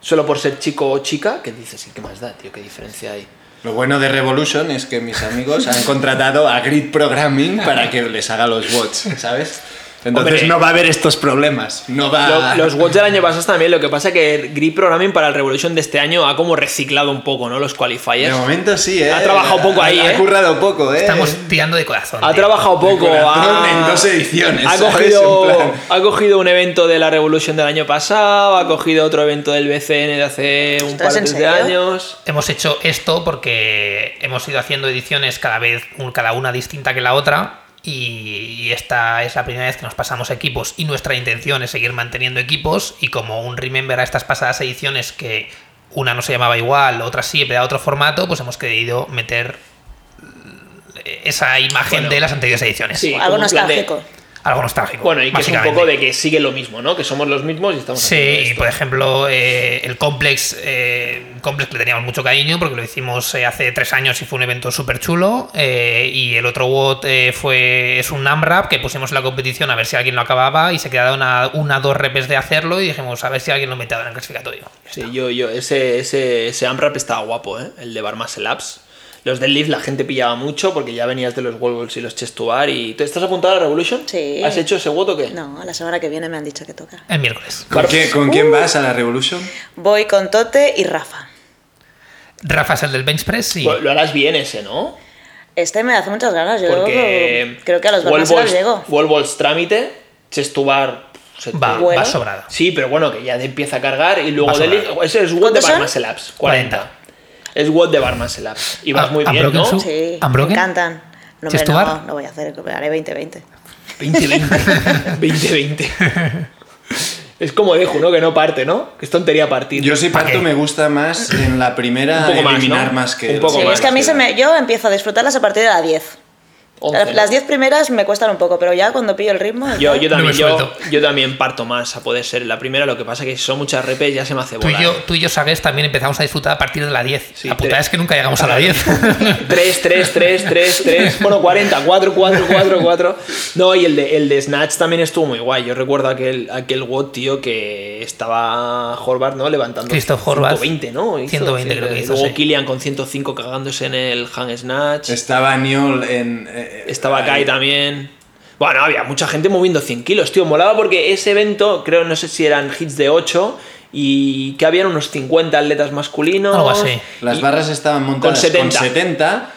A: solo por ser chico o chica, que dices, ¿y qué más da, tío? ¿Qué diferencia hay?
B: Lo bueno de Revolution es que mis amigos han contratado a Grid Programming para que les haga los watts, ¿sabes? Entonces
A: Hombre.
B: no va a haber estos problemas. No va
D: Ah.
A: Lo- los Watch del año pasado también, lo que pasa que Grid Programming para el Revolution de este año ha como reciclado un poco, ¿no? Los
B: De
A: qualifiers.
B: momento sí, ¿eh?
A: Ha trabajado poco ahí,
B: ha,
A: ¿eh?
B: Ha currado poco, ¿eh?
C: Estamos tirando de corazón.
A: Ha
C: tío.
A: trabajado poco.
B: corazón
A: ha-
B: en dos ediciones,
A: Ha
B: ¿sabes?
A: cogido,
B: En plan-
A: ha cogido un evento de la Revolution del año pasado, ha cogido otro evento del BCN de hace un
D: ¿Estás
A: par
D: en
A: de
D: serio?
A: años.
C: Hemos hecho esto porque hemos ido haciendo ediciones cada vez, un- cada una distinta que la otra. Y, y esta es la primera vez que nos pasamos equipos y nuestra intención es seguir manteniendo equipos y como un remember a estas pasadas ediciones que una no se llamaba igual, otra sí, pero era otro formato, pues hemos querido meter eh, esa imagen
A: Bueno.
C: de las anteriores ediciones.
A: Sí,
D: Algo
A: como en plan de-
D: nostálgico.
C: Algo nostálgico.
A: Bueno, y que es un
C: básicamente.
A: poco de que sigue lo mismo, ¿no? Que somos los mismos y estamos haciendo
C: Sí, pues, y
A: esto.
C: por ejemplo, eh, el Complex, eh, un Complex que le teníamos mucho cariño porque lo hicimos eh, hace tres años y fue un evento súper chulo. y el otro WOT eh, fue, es un AMRAP que pusimos en la competición a ver si alguien lo acababa y se quedaron a una dos repes de hacerlo y dijimos a ver si alguien lo metía en el clasificatorio.
A: Sí, yo, yo, ese, ese, ese AMRAP estaba guapo, ¿eh? El de Bar Muscle Ups. Los del Leaf la gente pillaba mucho porque ya venías de los Wolves y los Chest to Bar y... ¿Te estás apuntado a la Revolution?
D: Sí.
A: ¿Has hecho ese voto o qué?
D: No, la semana que viene me han dicho que toca.
C: El miércoles.
B: ¿Con,
A: Claro.
B: quién, con
A: Uh.
B: quién vas a la Revolution?
D: Voy con Tote y Rafa.
C: Rafa es el del bench press y
A: Lo- Lo harás bien ese, ¿no?
D: Este me hace muchas ganas. Yo
A: Porque...
D: creo que a los
A: World
D: Balmas se las
A: Balls-
D: llego.
A: World Balls trámite, Chest to Bar... se te-
C: va,
D: Bueno.
C: va sobrado.
A: Sí, pero bueno, que ya te empieza a cargar y luego
C: Vas a
A: del-
C: ganar.
A: ese es WOD de
D: ¿Cuántos son?
A: Barman Labs, 40. Es WOD de Barman Labs. Y vas
C: Ah,
A: muy
C: ah,
A: bien,
C: pero que
A: ¿no?
C: su-
D: Sí, me
C: ¿Unbroken?
D: encantan. No, hombre,
C: ¿Chestuar?
D: no, no voy a hacer, haré 20-20.
A: 20-20. 20-20. [laughs] Es como Deju, ¿no? Que no parte, ¿no? Que es tontería partir.
B: Yo si
C: ¿Para
B: parto
C: qué?
B: me gusta más en la primera
A: Un poco más,
B: eliminar
A: ¿no?
B: más que...
A: Un
B: el-
A: poco
D: Sí,
A: más.
D: es que a mí se me, yo empiezo a disfrutarlas a partir de la 10.
A: Once,
D: Las-
A: ¿no?
D: Las 10 primeras me cuestan un poco, pero ya cuando pillo el ritmo.
A: Yo, yo
C: No me
A: también, yo,
C: suelto.
A: yo también parto más a poder ser la primera. Lo que pasa que si son muchas repes ya se me hace
C: Tú y,
A: bola.
C: yo, [laughs] tú y yo, Sagues, también empezamos a disfrutar a partir de la 10.
A: Sí,
C: la putada
A: te-
C: es que nunca llegamos a la 10.
A: 3, 3, 3, 3, 3. Bueno, 40, 4, 4, 4, 4. No, y el de, el de Snatch también estuvo muy guay. Yo recuerdo aquel, aquel WOT, tío, que estaba Horvath, ¿no? Levantando.
C: Christoph Horvath.
A: 120, ¿no?
C: 120 creo que hizo,
A: Luego
C: sí.
A: Killian con 105 cagándose en el Hang Snatch.
B: Estaba Niol en... eh,
A: Estaba
B: ahí.
A: Kai también. Bueno, había mucha gente moviendo 100 kilos, tío. Molaba porque ese evento, creo, no sé si eran hits de 8 y que habían unos 50 atletas masculinos.
C: Algo así.
B: Las
A: Y-
B: barras estaban montadas
A: con
B: con
A: 70.
B: 70.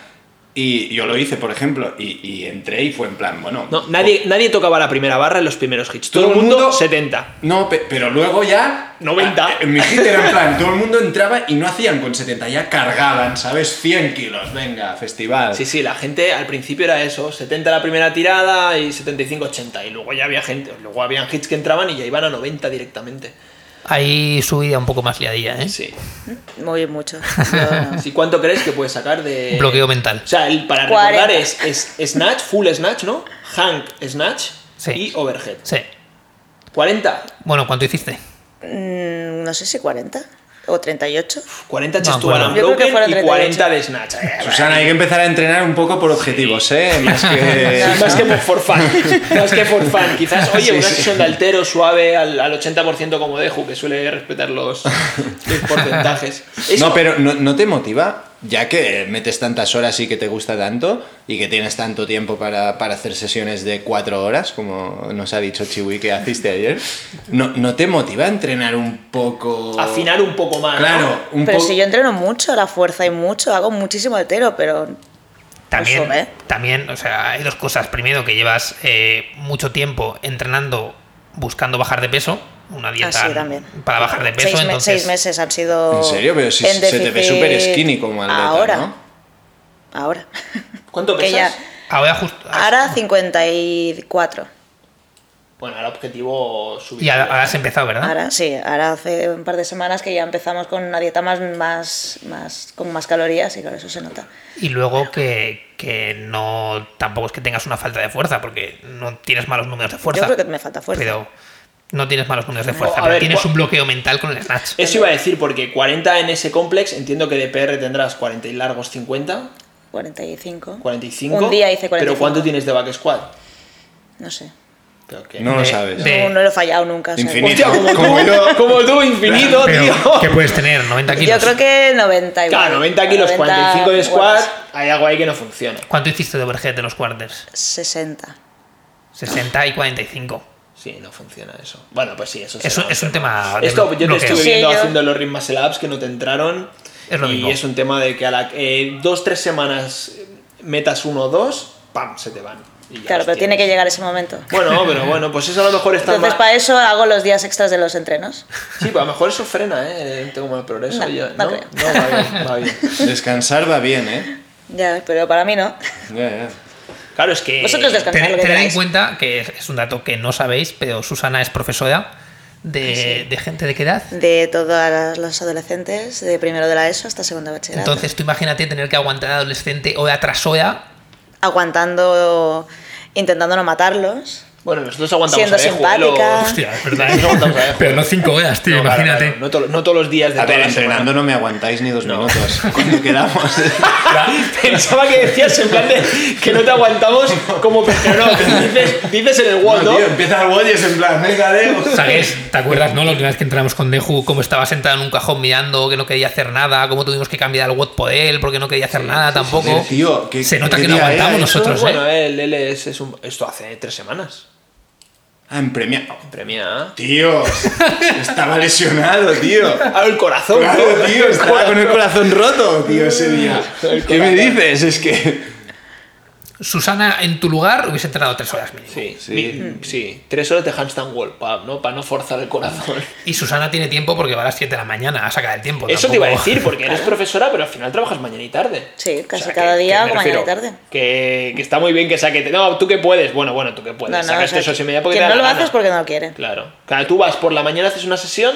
B: y yo lo hice, por ejemplo, y, y entré y fue en plan, bueno...
A: No, nadie, nadie tocaba la primera barra en los primeros hits. Todo,
B: Todo
A: el
B: el
A: mundo,
B: mundo-
A: 70.
B: No, pe- pero luego ya...
A: 90.
B: Ah, En mi hit era en plan, todo el mundo entraba y no hacían con 70, ya cargaban, ¿sabes? 100 kilos, venga, festival.
A: Sí, sí, la gente al principio era eso, 70 la primera tirada y 75-80. Y luego ya había gente, luego habían hits que entraban y ya iban a 90 directamente.
C: [laughs] Ahí subida un poco más liadilla, ¿eh?
A: Sí.
D: Muy mucho. Yo
A: [laughs]
D: no.
A: ¿Y cuánto crees que puedes sacar de.
C: Bloqueo mental.
A: O sea, el, para
D: 40.
A: recordar es, es Snatch, full Snatch, ¿no? Hank Snatch
C: Sí.
A: y Overhead.
C: Sí.
A: 40.
C: Bueno, ¿cuánto hiciste?
D: Mm, no sé si 40 o 38.
A: 40
C: No,
A: chestual
C: bueno.
A: and
D: Yo creo
A: broken
D: que fueron
A: y
D: 38.
A: 40 de Snatch. Eh,
B: Susana, hay que empezar a entrenar un poco por objetivos, ¿eh? Más que...
A: [laughs] Sí, más que por for fun. más que por fun. Quizás, oye,
B: Sí,
A: una
B: sí.
A: sesión de altero suave al, al 80% como Deju, que suele respetar los, los porcentajes. Eso-
B: No, pero ¿no, no te motiva? Ya que metes tantas horas y que te gusta tanto y que tienes tanto tiempo para, para hacer sesiones de cuatro horas, como nos ha dicho Chiwi que hiciste ayer, ¿no, ¿no te motiva entrenar un poco?
A: Afinar un poco más. ¿no?
B: Claro, un
D: Pero
B: poco.
D: si yo entreno mucho a la fuerza y mucho, hago muchísimo altero, pero
C: También,
D: Pues, hombre.
C: también, o sea, hay dos cosas. Primero, que llevas eh, mucho tiempo entrenando, buscando bajar de peso. Una dieta
D: Así Ah, también.
C: para bajar de peso.
D: seis, me-
C: entonces,
D: seis meses han sido.
B: ¿En serio? Pero si
D: en
B: se te ve
D: déficit
B: súper skinny como atleta,
D: Ahora.
B: ¿no?
D: Ahora.
A: ¿Cuánto
D: Que ya-
A: pesas?
C: Ahora justo.
D: Ahora 54.
A: Bueno, ahora objetivo subir.
C: Y ahora, ahora has empezado, ¿verdad?
D: Ahora, sí, ahora hace un par de semanas que ya empezamos con una dieta más, más, más, con más calorías y claro, eso se nota.
C: Y luego que, que no. Tampoco es que tengas una falta de fuerza, porque no tienes malos números de fuerza.
D: Yo creo que me falta fuerza.
C: Pero no tienes malos números de fuerza,
A: a
C: pero
A: ver,
C: tienes
A: cua-
C: un bloqueo mental con el snatch.
A: Eso iba a decir, porque 40 en ese complex, entiendo que de PR tendrás 40 y largos 50,
D: 45.
A: 45.
D: Un día hice 45.
A: Pero ¿cuánto tienes de back squad?
D: No sé.
A: Creo que-
B: No lo
C: De-
B: sabes.
C: Eh, de- [laughs]
D: No, no lo he fallado nunca. o sea,
B: Infinito.
A: Hostia, [laughs] como,
B: Como
A: tú,
B: yo.
A: como tú, infinito,
C: Pero,
A: tío.
C: ¿Qué puedes tener? 90 kilos.
D: Yo creo que 90 igual.
A: Claro, 90 kilos,
D: 90
A: 45 de squat,
D: guardas.
A: hay algo ahí que no funciona.
C: ¿Cuánto hiciste de overhead de los quarters?
D: 60.
C: 60 y 45.
A: Sí, no funciona eso. Bueno, pues sí, eso
C: Es un-
A: será
C: es un
A: otro.
C: tema de
A: Esto
C: blo-
A: yo te
C: bloqueo.
A: estuve
D: Sí,
A: viendo
D: yo-
A: haciendo los Rim Muscle Ups que no te entraron.
C: Es lo
A: y
C: mismo.
A: es un tema de que a la eh, dos, tres semanas eh, metas uno o dos, ¡pam! se te van. Y ya
D: Claro,
A: los
D: pero tiene que
A: tienes.
D: llegar ese momento.
A: Bueno, pero bueno, pues eso a lo mejor está
D: Entonces,
A: mal.
D: para eso hago los días extras de los entrenos.
A: Sí, pero a lo mejor eso frena, ¿eh? Tengo mal progreso.
D: No,
A: yo-
D: no
A: no,
D: creo.
A: No, va bien, va bien.
B: Descansar va bien, ¿eh?
D: Ya, pero para mí no.
B: Ya, ya.
A: Claro, es que.
D: Vosotros descansad.
C: Eh, Tened,
D: lo que
C: tened en
D: queráis.
C: cuenta que es, es un dato que no sabéis, pero Susana es profesora de, de gente de qué edad.
D: Ah, De todas las adolescentes, de primero de la ESO hasta segundo de bachillerato.
C: Entonces tú imagínate tener que aguantar adolescente hora tras hora.
D: Aguantando, intentando no matarlos.
A: Bueno, nosotros aguantamos ¿eh?
D: Siendo
A: a ver,
D: simpática.
A: juguelos.
C: Hostia, es verdad. ¿eh?
A: Nosotros aguantamos a ver,
C: Pero no cinco horas, tío,
A: No, claro,
C: imagínate.
A: claro, no, to- no todos los días de
B: A
A: toda
B: ver,
A: la
B: entrenando
A: semana.
B: no me aguantáis ni dos
A: No. [laughs]
B: minutos cuando quedamos.
A: Pensaba que decías en plan de que no te aguantamos como pero no, dices, dices en el Word, ¿no?
B: [laughs] tío, empieza el Wodges en plan,
A: [laughs]
B: venga, Leo.
C: ¿Sabes? ¿Te acuerdas, no? La última vez que entramos con Deju, cómo estaba sentado en un cajón mirando, que no quería hacer nada, cómo tuvimos que cambiar el WOD por él, porque no quería hacer nada tampoco.
B: sí, tío, ¿qué-
C: Se nota
B: qué
C: que no
B: día era
C: aguantamos
B: eso?
C: nosotros, ¿eh?
A: Bueno, él, él es, es un- esto hace tres semanas.
B: Ah, en premia.
A: Premia.
B: Tío, estaba lesionado,
A: [laughs]
B: tío.
A: Ah, el corazón.
B: Claro,
A: ¿no?
B: tío, estaba con el corazón roto, tío, ese día. ¿Qué me dices? Es que.
C: Susana, en tu lugar, hubiese entrenado tres horas mínimo.
A: Sí,
B: Sí.
A: mi- sí, tres horas de handstand wall, para ¿no? Pa no forzar el corazón.
C: Y Susana tiene tiempo porque va a las 7 de la mañana a sacar el tiempo.
B: Pues
A: Eso te iba a
C: tampoco-
A: decir, porque
B: [laughs]
A: eres profesora, pero al final trabajas mañana y tarde.
D: Sí, casi
A: que-
D: cada día
A: que me
D: hago mañana y
A: refiero
D: tarde.
A: Que, que está muy bien que saque. No, tú que puedes. Bueno, bueno, tú que puedes.
D: No, no,
A: Sacas
D: o sea,
A: tres horas y media porque
D: quien
A: te da
D: no lo
A: la
D: hace
A: gana.
D: es porque no lo quiere.
A: Claro. Claro, tú vas por la mañana, haces una sesión.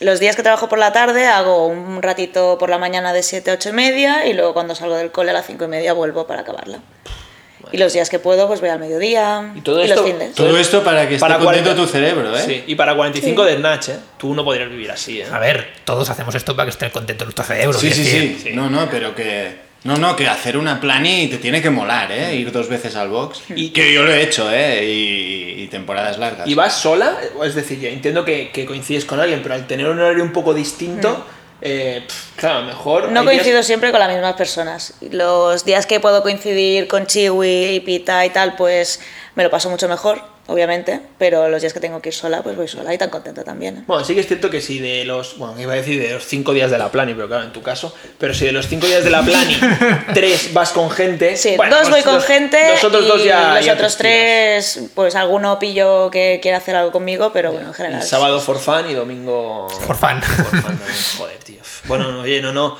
D: Los días que trabajo por la tarde hago un ratito por la mañana de 7 a 8 y media y luego cuando salgo del cole a las 5 y media vuelvo para acabarla. Y los días que puedo pues voy al mediodía
A: Y todo
D: los
A: esto-
D: fines.
A: todo-
B: Todo esto para que esté
A: Para
B: contento
A: 40.
B: tu cerebro, ¿eh?
A: Sí. Y para 45 de Snatch, ¿eh? Tú no podrías vivir así, ¿eh?
C: A ver, todos hacemos esto para que esté contento nuestro cerebro.
B: Sí,
C: quiero
B: sí,
C: decir.
B: sí, No, no, pero que. No, no, que hacer una plani te tiene que molar, ¿eh? Ir dos veces al box. Y que yo lo he hecho, ¿eh? Y, y temporadas largas.
A: ¿Y vas sola? Es decir, ya entiendo que, que coincides con alguien, pero al tener un horario un poco distinto, eh, pf, claro, a lo mejor.
D: Mm. No
A: hay días-
D: coincido siempre con las mismas personas. Los días que puedo coincidir con Chiwi y Pita y tal, pues me lo paso mucho mejor, obviamente. Pero los días que tengo que ir sola, pues voy sola y tan contenta también. ¿eh?
A: Bueno, sí que es cierto que si de los. Bueno, iba a decir de los 5 días de la plani, pero claro, en tu caso. Pero si de los 5 días de la
D: [laughs]
A: plani, 3 vas con gente.
D: Sí,
A: bueno,
D: dos voy
A: pues
D: con
A: los-
D: gente
A: Los otros
D: y
A: dos ya.
D: los
A: ya te
D: otros
A: estiras.
D: tres, pues alguno pillo que quiera hacer algo conmigo, pero bueno, en general.
A: Y sábado for fun y domingo.
C: For fun.
A: For fun también. Joder, tío. Bueno, no, oye, no, no.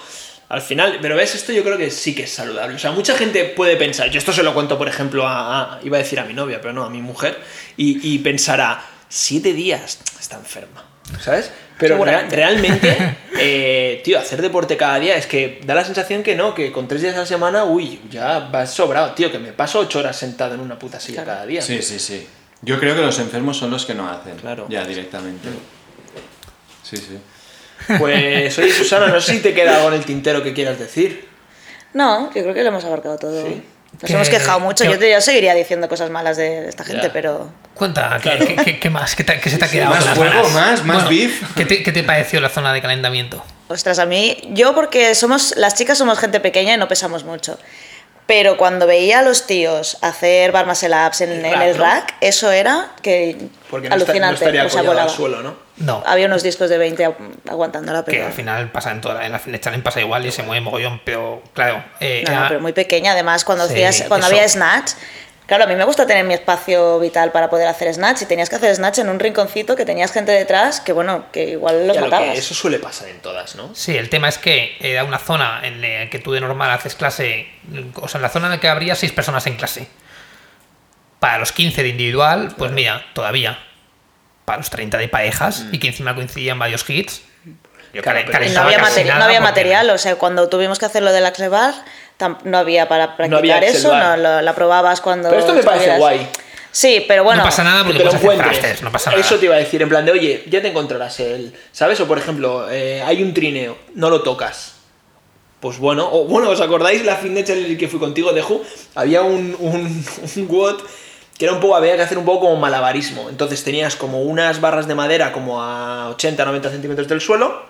A: Al final, pero ves, esto yo creo que sí que es saludable. O sea, mucha gente puede pensar, yo esto se lo cuento, por ejemplo, a, a- iba a decir a mi novia, pero no, a mi mujer, y, y pensará, siete días, está enferma, ¿sabes? Pero rea-
D: Seguramente.
A: realmente, eh, tío, hacer deporte cada día es que da la sensación que no, que con tres días a la semana, uy, ya vas sobrado, tío, que me paso ocho horas sentado en una puta silla
D: Claro.
A: cada día.
B: Sí, sí, sí. Yo creo que los enfermos son los que no hacen.
A: Claro.
B: Ya directamente. Sí, sí.
A: Pues, oye, Susana, no sé si te queda algo en el tintero que quieras decir.
D: No, yo creo que lo hemos abarcado todo.
A: Sí.
D: Nos
C: Que-
D: hemos quejado mucho.
C: que-
D: Yo, te- yo seguiría diciendo cosas malas de esta gente,
A: Ya.
D: pero.
C: Cuenta, ¿qué, qué- qué- qué más? ¿Qué, te, qué se te ha quedado?
B: más
C: con las
B: fuego, más-
C: ganas?
B: más beef.
C: ¿qué te, qué te pareció la zona de calentamiento?
D: Ostras, a mí, yo porque somos, las chicas somos gente pequeña y no pesamos mucho. Pero cuando veía a los tíos hacer bar muscle ups en en el,
A: rack, ¿no?
D: rack, eso era que
A: Porque no, está- no
D: alucinante.
A: estaría
D: o sea,
A: apoyado
D: volaba.
A: al suelo, ¿no?
C: No.
D: Había unos discos de 20 agu- aguantando la
C: Que
D: pelota.
C: al final pasa en toda la, en la Fitness Challenge pasa igual y se mueve mogollón, pero claro. eh,
D: No, no,
C: era-
D: pero muy pequeña. Además, cuando,
C: Sí,
D: hacías, cuando
C: eso.
D: había snatch, claro, a mí me gusta tener mi espacio vital para poder hacer snatch. Y tenías que hacer snatch en un rinconcito que tenías gente detrás que, bueno, que igual los
A: Ya lo que-
D: matabas.
A: eso suele pasar en todas, ¿no?
C: Sí, el tema es que era una zona en la que tú de normal haces clase, mm, o sea, en la zona en la que habría seis personas en clase. Para los 15 de individual, pues mira, todavía. Para los 30 de parejas y que encima coincidían varios hits. Mm. Yo
A: Claro,
C: calen-
A: pero-
D: Y
C: calentaba
D: no había,
C: casi
D: materi-
C: nada
D: no había
C: porque-
D: material, o sea, cuando tuvimos que hacer lo del Axel Bar, tam- no había para practicar
A: había Axel
D: eso,
A: Bar.
D: no, lo- la probabas cuando.
A: Pero esto me parece
D: estuvieras.
A: guay.
D: Sí, pero bueno.
C: no pasa nada
A: Que
C: porque
A: te lo
C: puedes hacer
A: encuentres.
C: thrusters, no pasa nada.
A: Eso te iba a decir, en plan de, oye, ya te encontrarás el. ¿Sabes? O por ejemplo, eh, hay un trineo, no lo tocas. Pues bueno, o bueno, ¿os acordáis la fitness en el que fui contigo de Who? Había un, un, [laughs] un WOD que era un poco, había que hacer un poco como malabarismo. Entonces tenías como unas barras de madera como a 80, 90 centímetros del suelo.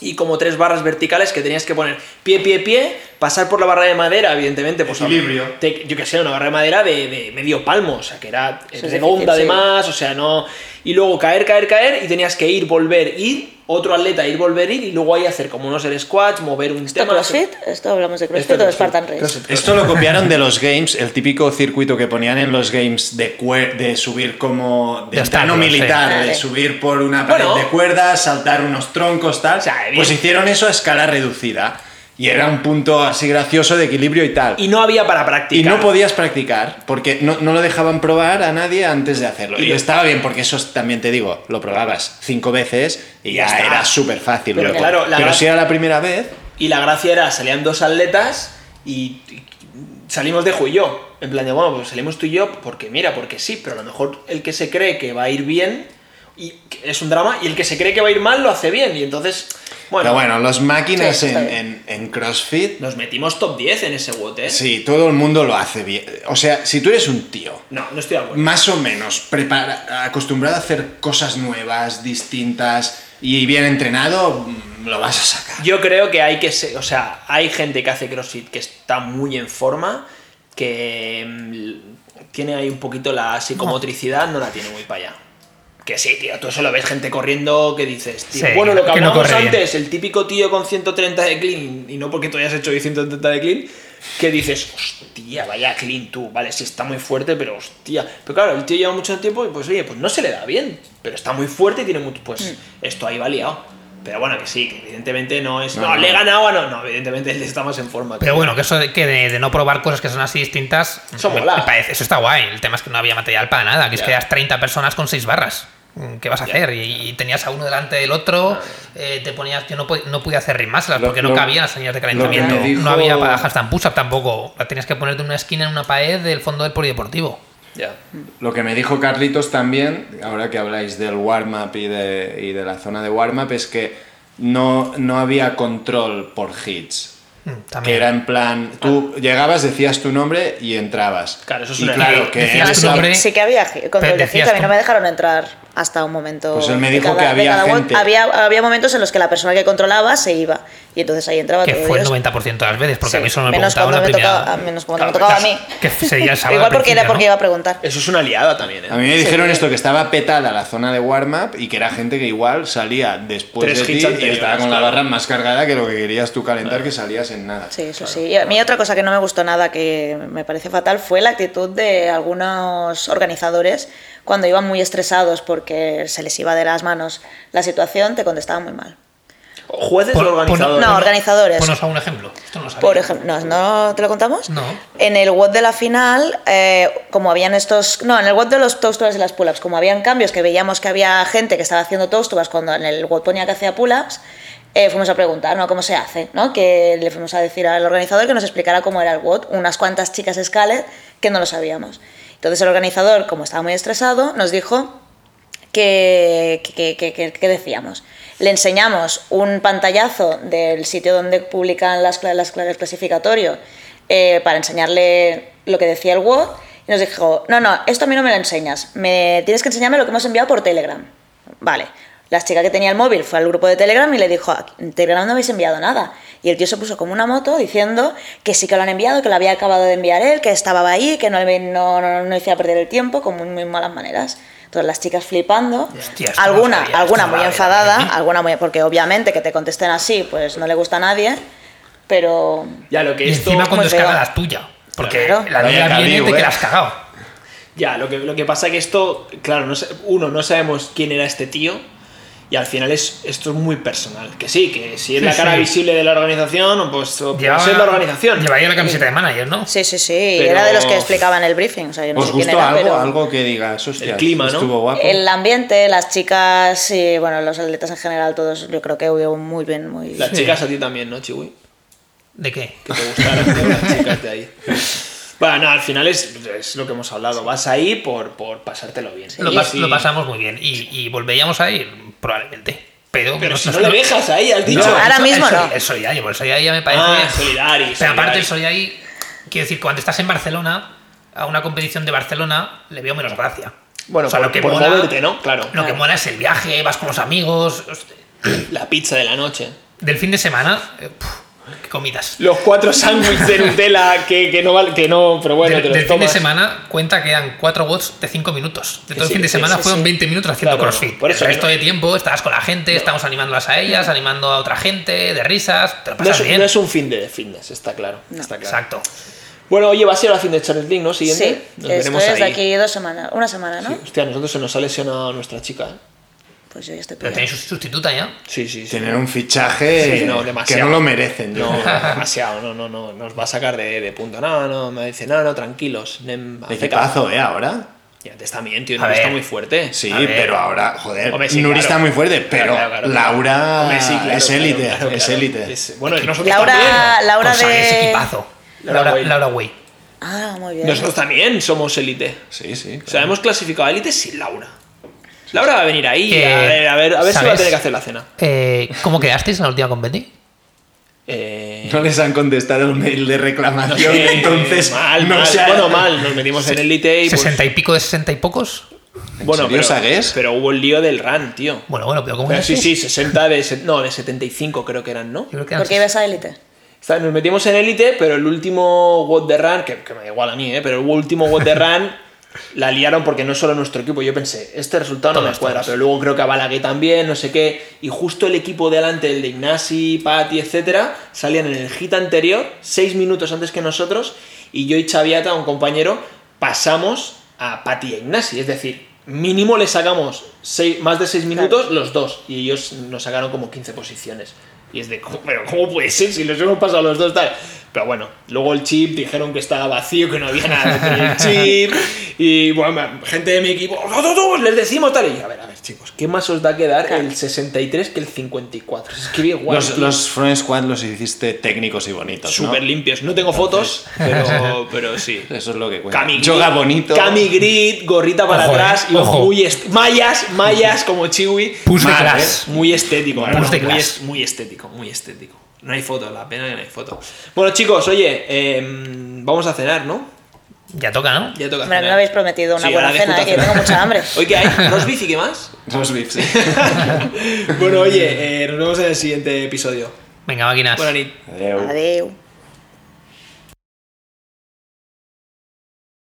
A: y como tres barras verticales que tenías que poner pie, pie, pie, pasar por la barra de madera, evidentemente, pues
B: Equilibrio.
A: te- yo que sé, una barra de madera de, de medio palmo, o sea, que era
D: Eso es
A: redonda
D: difícil, sí.
A: además, o sea, no... Y luego caer, caer, caer, y tenías que ir, volver, ir, otro atleta, ir, volver, ir, y luego ahí hacer como unos squats, mover un
D: ¿Esto
A: tema...
D: CrossFit? ¿Esto hablamos de
A: Esto
D: CrossFit o de
A: CrossFit.
D: Spartan Race?
A: CrossFit.
B: Esto lo copiaron de los games, el típico circuito que ponían en los games de, cuer- de subir como de
C: De
B: plano
C: obstáculos,
B: militar,
D: sí.
B: de
D: Vale.
B: subir por una pared
A: Bueno.
B: de cuerdas, saltar unos troncos, tal.
A: sea, bien.
B: pues hicieron eso a escala reducida. Y era un punto así gracioso de equilibrio y tal.
A: Y no había para
B: Y
A: practicar.
B: no podías practicar, porque no, no lo dejaban probar a nadie antes de hacerlo. Y
A: Y-
B: estaba bien, porque eso es- también te digo, lo probabas cinco veces y ya
A: Ya está.
B: era súper fácil.
A: Pero
B: luego.
A: claro, la
B: Pero
A: gra-
B: si era la primera vez,
A: Y la gracia era, salían dos atletas y, y salimos de y yo. En plan de, bueno, pues salimos tú y yo porque mira, porque sí, pero a lo mejor el que se cree que va a ir bien y es un drama y el que se cree que va a ir mal lo hace bien. Y entonces, bueno,
B: Pero bueno, los máquinas
D: Sí, está
B: en,
D: bien.
B: en- en CrossFit,
A: nos metimos top 10 en ese WOT, ¿eh?
B: sí, todo el mundo lo hace bien. O sea, si tú eres un tío
A: No, no estoy de acuerdo.
B: más o menos prepara- acostumbrado a hacer cosas nuevas, distintas y bien entrenado, mm, lo vas a sacar.
A: Yo creo que hay que ser, o sea, hay gente que hace CrossFit que está muy en forma, que mm, tiene ahí un poquito la psicomotricidad, no, la tiene muy para allá. Que sí, tío, tú solo ves gente corriendo que dices, tío,
C: Sí,
A: bueno, lo que
C: que no
A: hablábamos
C: corre bien.
A: antes, el típico tío con 130 de clean, y no porque tú hayas hecho hoy 130 de clean, que dices, hostia, vaya clean tú, vale, sí está muy fuerte, pero hostia. Pero claro, el tío lleva mucho tiempo y pues oye, pues no se le da bien, pero está muy fuerte y tiene mucho, pues esto ahí va liado. Pero bueno, que sí, que evidentemente no es. No,
B: No, no.
A: le he ganado a no. No, evidentemente él está más en forma. que
C: Pero
A: yo.
C: bueno, que eso de, que de, de no probar cosas que son así distintas.
A: Eso
C: me-
A: mola.
C: me parece- eso está guay. El tema es que no había material para nada. Que es
A: Ya.
C: que eras 30 personas con 6 barras. Mm, ¿Qué vas a hacer? Y, y tenías a uno delante del otro. eh, te ponías. Yo no, pu- no podía hacer rimaslas
B: Lo-
C: porque no
B: lo-
C: cabían las señales de
B: lo que
C: calentamiento.
B: me dijo-
C: No había para handstand push-up tampoco. La tenías que poner de una esquina en una pared del fondo del polideportivo.
A: Ya.
B: Lo que me dijo Carlitos también, ahora que habláis del warm-up y de, y de la zona de warm-up, es que no, no había control por hits.
C: Mm,
B: Que
C: También.
B: era en plan, tú llegabas, decías tu nombre y entrabas.
A: Claro, eso es
B: y
A: una-
B: claro, que
C: Decías
D: Ah,
B: era-
C: tu
D: sí,
C: nombre.
D: que, sí que había gi- control de
C: decías
D: hit, a mí no
C: tú.
D: me dejaron entrar hasta un momento.
B: Pues él me
D: de
B: digo que
D: de
B: había
D: cada
B: gente.
D: vuelta. Había, había momentos en los que la persona que controlaba se iba y entonces ahí entraba
C: que
D: todo
C: fue el
D: Dios.
C: 90% de las veces. Porque a mí
D: Sí,
C: solo me
D: menos
C: preguntaban la
D: cuando me
C: primera.
D: tocaba, a- menos cuando me
A: Claro,
D: tocaba a mí.
C: Que
D: [laughs]
C: sería el sábado
D: Igual
C: al
D: porque era
C: principio,
D: porque
C: ¿no?
D: iba a preguntar.
A: Eso es una liada también, ¿eh?
B: A mí me dijeron
D: Sí.
B: esto, que estaba petada la zona de warm-up y que era gente que igual salía después
A: Tres
B: de
A: hits
B: ti y
A: anteriores,
B: estaba con la
A: claro.
B: barra más cargada que lo que querías tú calentar, que salías en nada.
D: Sí, eso sí. Y a mí otra cosa que no me gustó nada, que me parece fatal, fue la actitud de algunos organizadores cuando iban muy estresados porque se les iba de las manos la situación, te contestaban muy mal.
A: O Jueces
C: Pon-
A: o organizadores.
D: No, organizadores.
C: Ponos a un ejemplo. Esto no lo sabía.
D: Por ejemplo, ¿no, no te lo contamos?
C: No.
D: En el WOD de la final, eh, como habían estos. No, en el WOD de los toasters y las pull-ups, como habían cambios que veíamos que había gente que estaba haciendo toasters cuando en el WOD ponía que hacía pull-ups, eh, fuimos a preguntar, ¿no? ¿Cómo se hace? ¿no? Que le fuimos a decir al organizador que nos explicara cómo era el WOD, unas cuantas chicas escales que no lo sabíamos. Entonces el organizador, como estaba muy estresado, nos dijo que, que- que- que- que decíamos. Le enseñamos un pantallazo del sitio donde publican las, cla- las clases clasificatorio eh, para enseñarle lo que decía el Word y nos dijo, no, no, esto a mí no me lo enseñas, me, tienes que enseñarme lo que hemos enviado por Telegram. Vale. La chica que tenía el móvil fue al grupo de Telegram y le dijo, "Aquí en Telegram no habéis enviado nada. Y el tío se puso como una moto diciendo que sí que lo han enviado, que lo había acabado de enviar él, que estaba ahí, que no, no, no, no hacía perder el tiempo, con muy, muy malas maneras. Entonces las chicas flipando,
C: Hostia, esto no
D: alguna,
C: sabía,
D: alguna
C: esto
D: muy
C: va a ver,
D: enfadada,
C: ¿eh?
D: alguna muy... Porque obviamente que te contesten así, pues no le gusta a nadie, pero...
A: Ya, lo que
C: Y
A: esto.
C: encima cuando
D: muy feo.
C: escala la tuya. Porque
D: Claro.
C: la
B: Vaya
C: tuya viene y
B: cabiu,
C: te
B: eh.
C: quedas cagado.
A: Ya, lo que, lo que pasa que esto, claro, no sé- uno, no sabemos quién era este tío y al final es, esto es muy personal. Que sí, que si es
C: Sí,
A: la cara
C: sí.
A: visible de la organización, pues, pues es la organización. Eh,
C: Llevaría la camiseta de manager, ¿no?
D: Sí, sí, sí,
A: Pero-
D: era de los que explicaban el briefing, o sea, yo no
B: ¿Os
D: sé quién
B: gustó
D: era,
B: algo?
D: pero-
B: Algo que digas, hostia,
A: El clima, ¿no?
B: estuvo guapo.
D: El ambiente, las chicas y bueno, los atletas en general, todos yo creo que hubo muy bien, muy
A: Las
C: Sí.
A: chicas a ti también, ¿no, Chiwi?
C: ¿De qué?
A: que te gustaran tío, las chicas de [laughs] ahí. Bueno, no, al final es, es lo que hemos hablado. Vas ahí por, por pasártelo bien.
C: Lo,
A: Y
C: pas-
A: si-
C: lo pasamos muy bien. Y, y volveríamos a ir, probablemente. Pero,
A: Pero si
C: sé-
A: no le dejas ahí, has dicho.
D: No, ahora
C: eso-
D: mismo
C: el
D: no.
C: Soli- El Solidari, por el Solidari ya me parece.
A: Ah, el Solidari,
C: Pero
A: Solidari.
C: aparte, el Solidari, quiero decir, cuando estás en Barcelona, a una competición de Barcelona, le veo menos gracia.
A: Bueno,
C: O sea,
A: por-
C: lo que
A: por
C: mola,
A: moverte, ¿no? Claro.
C: Lo que mola es el viaje, vas con los amigos. host-
A: La pizza de la noche.
C: Del fin de semana, eh, puf, qué comidas.
A: Los cuatro sándwiches [laughs] de Nutella que, que no vale, que no, pero bueno,
C: del,
A: te los
C: del fin de
A: tomas.
C: semana cuenta que eran 4 watts de 5 minutos. De todo
A: Sí,
C: el fin de
A: sí,
C: semana
A: sí,
C: fueron
A: sí.
C: 20 minutos haciendo
A: Claro,
C: crossfit.
A: por eso
C: el
A: que
C: resto
A: no-
C: de tiempo estabas con la gente, estamos animándolas a ellas, animando a otra gente, de risas, te lo
A: No
C: pasas
A: es,
C: bien.
A: no es un fin de fitness, está claro. Está claro.
C: Exacto.
A: Bueno, oye, va a ser la fin de Charles League, ¿no?
D: Sí,
A: Siguiente. Nos
D: esto
A: veremos
D: es de
A: ahí.
D: aquí dos semanas, una semana, ¿no?
A: Sí, Hostia, a nosotros se nos ha lesionado nuestra chica, ¿eh?
D: Pues yo ya estoy
C: Pero
D: pillada.
C: tenéis sustituta ya.
A: Sí, sí, sí.
B: Tener un fichaje
A: Sí, no,
B: que
A: demasiado.
B: no lo merecen. yo [laughs]
A: No,
B: creo.
A: demasiado, no, no, no. Nos va a sacar de, de punto. No, no, me dice, no, no, tranquilos. Nem,
B: Equipazo, ¿eh? Ahora.
A: Y antes también, tío,
C: A
A: Nuri está
C: ver.
A: muy fuerte.
B: Sí,
C: A ver.
B: pero ahora, joder,
A: Hombre, sí,
B: Nuri
A: claro.
B: está muy fuerte,
A: Claro,
B: pero
A: claro, claro.
B: Laura
A: Hombre, sí, claro,
B: es
A: claro,
B: élite,
A: claro, claro.
B: es élite.
A: Es- Bueno, y nosotros
D: Laura,
A: también.
D: Laura
C: Con Sagues,
D: de...
C: equipazo.
A: Laura
C: Laura,
A: Way.
C: Laura Way.
D: Ah, muy bien.
A: Nosotros también somos élite.
B: Sí, sí.
A: O sea, hemos clasificado a élite sin Laura. Laura va a venir ahí
C: Eh,
A: a ver, a ver, a ver si va a
C: ¿sabes?
A: tener que hacer la cena.
C: Eh, ¿Cómo quedasteis en la última con Bendy?
A: Eh,
B: No les han contestado el mail de reclamación,
A: eh,
B: entonces
A: mal,
B: no
A: mal.
B: se ha- [laughs]
A: Bueno, mal, nos metimos en élite y pues,
C: ¿60 y pico de 60 y pocos?
A: bueno,
B: serio,
A: pero,
B: Sagués?
A: pero hubo el lío del RAN, tío.
C: Bueno, bueno, pero ¿cómo
A: Pero sí,
C: quedasteis?
A: sí, 60 de se- no, de 75 creo que eran, ¿no?
C: Yo creo que eran
D: Porque ibas a élite.
A: O sea, nos metimos en élite, pero el último WOD de Run, que, que me da igual a mí, ¿eh? pero el último WOD de
C: [laughs]
A: Run la liaron porque no solo nuestro equipo. Yo pensé, este resultado no me
C: Todos,
A: cuadra,
C: todos.
A: pero luego creo que a Balaguer también, no sé qué. Y justo el equipo de delante, el de Ignasi, Patti, etcétera, salían en el hit anterior, seis minutos antes que nosotros, y yo y Chaviata, un compañero, pasamos a Patti e Ignasi. Es decir, mínimo le sacamos seis- más de seis minutos los dos, y ellos nos sacaron como 15 posiciones. Y es de, "¿Cómo- pero ¿cómo puede ser si los hemos pasado los dos tal? Pero bueno, luego el chip dijeron que estaba vacío, que no había nada dentro
B: [laughs]
A: del chip. Y bueno, gente de mi equipo, ¡Todos, todos! Les decimos tal. Y yo, a ver, a ver, chicos, ¿qué más os da que dar el 63 que el 54? Es que bien guay.
B: Los, los front squad los hiciste técnicos y bonitos, ¿no?
A: Súper limpios. No tengo fotos,
B: [laughs]
A: pero, pero sí.
B: Eso es lo que cuenta.
A: Cami
B: Yoga bonito.
A: Cami grid, gorrita para
C: Ojo, eh,
A: atrás y
C: ojo.
A: muy est- mallas, mallas como Chiwi.
C: Push de
A: Mal,
C: class.
A: eh, Muy estético,
C: Bueno,
A: hermano,
C: push de
A: muy,
C: class.
A: es- muy estético, muy estético. No hay foto, la pena que no hay foto. Bueno, chicos, oye, em, vamos a cenar, ¿no?
C: Ya toca, ¿no?
A: Ya toca
D: Hombre, a mí
A: cenar.
D: me habéis prometido una buena
A: ahora de
D: cena,
A: puta
D: eh, que yo
A: cena.
D: tengo
C: [laughs]
D: mucha hambre.
A: ¿Hoy qué hay? ¿Nos bici qué más?
B: Los VIPs, sí.
A: bueno, oye, eh, nos vemos en el siguiente episodio.
C: Venga, máquinas.
A: Buena nit.
B: Adeu.
D: Adiós.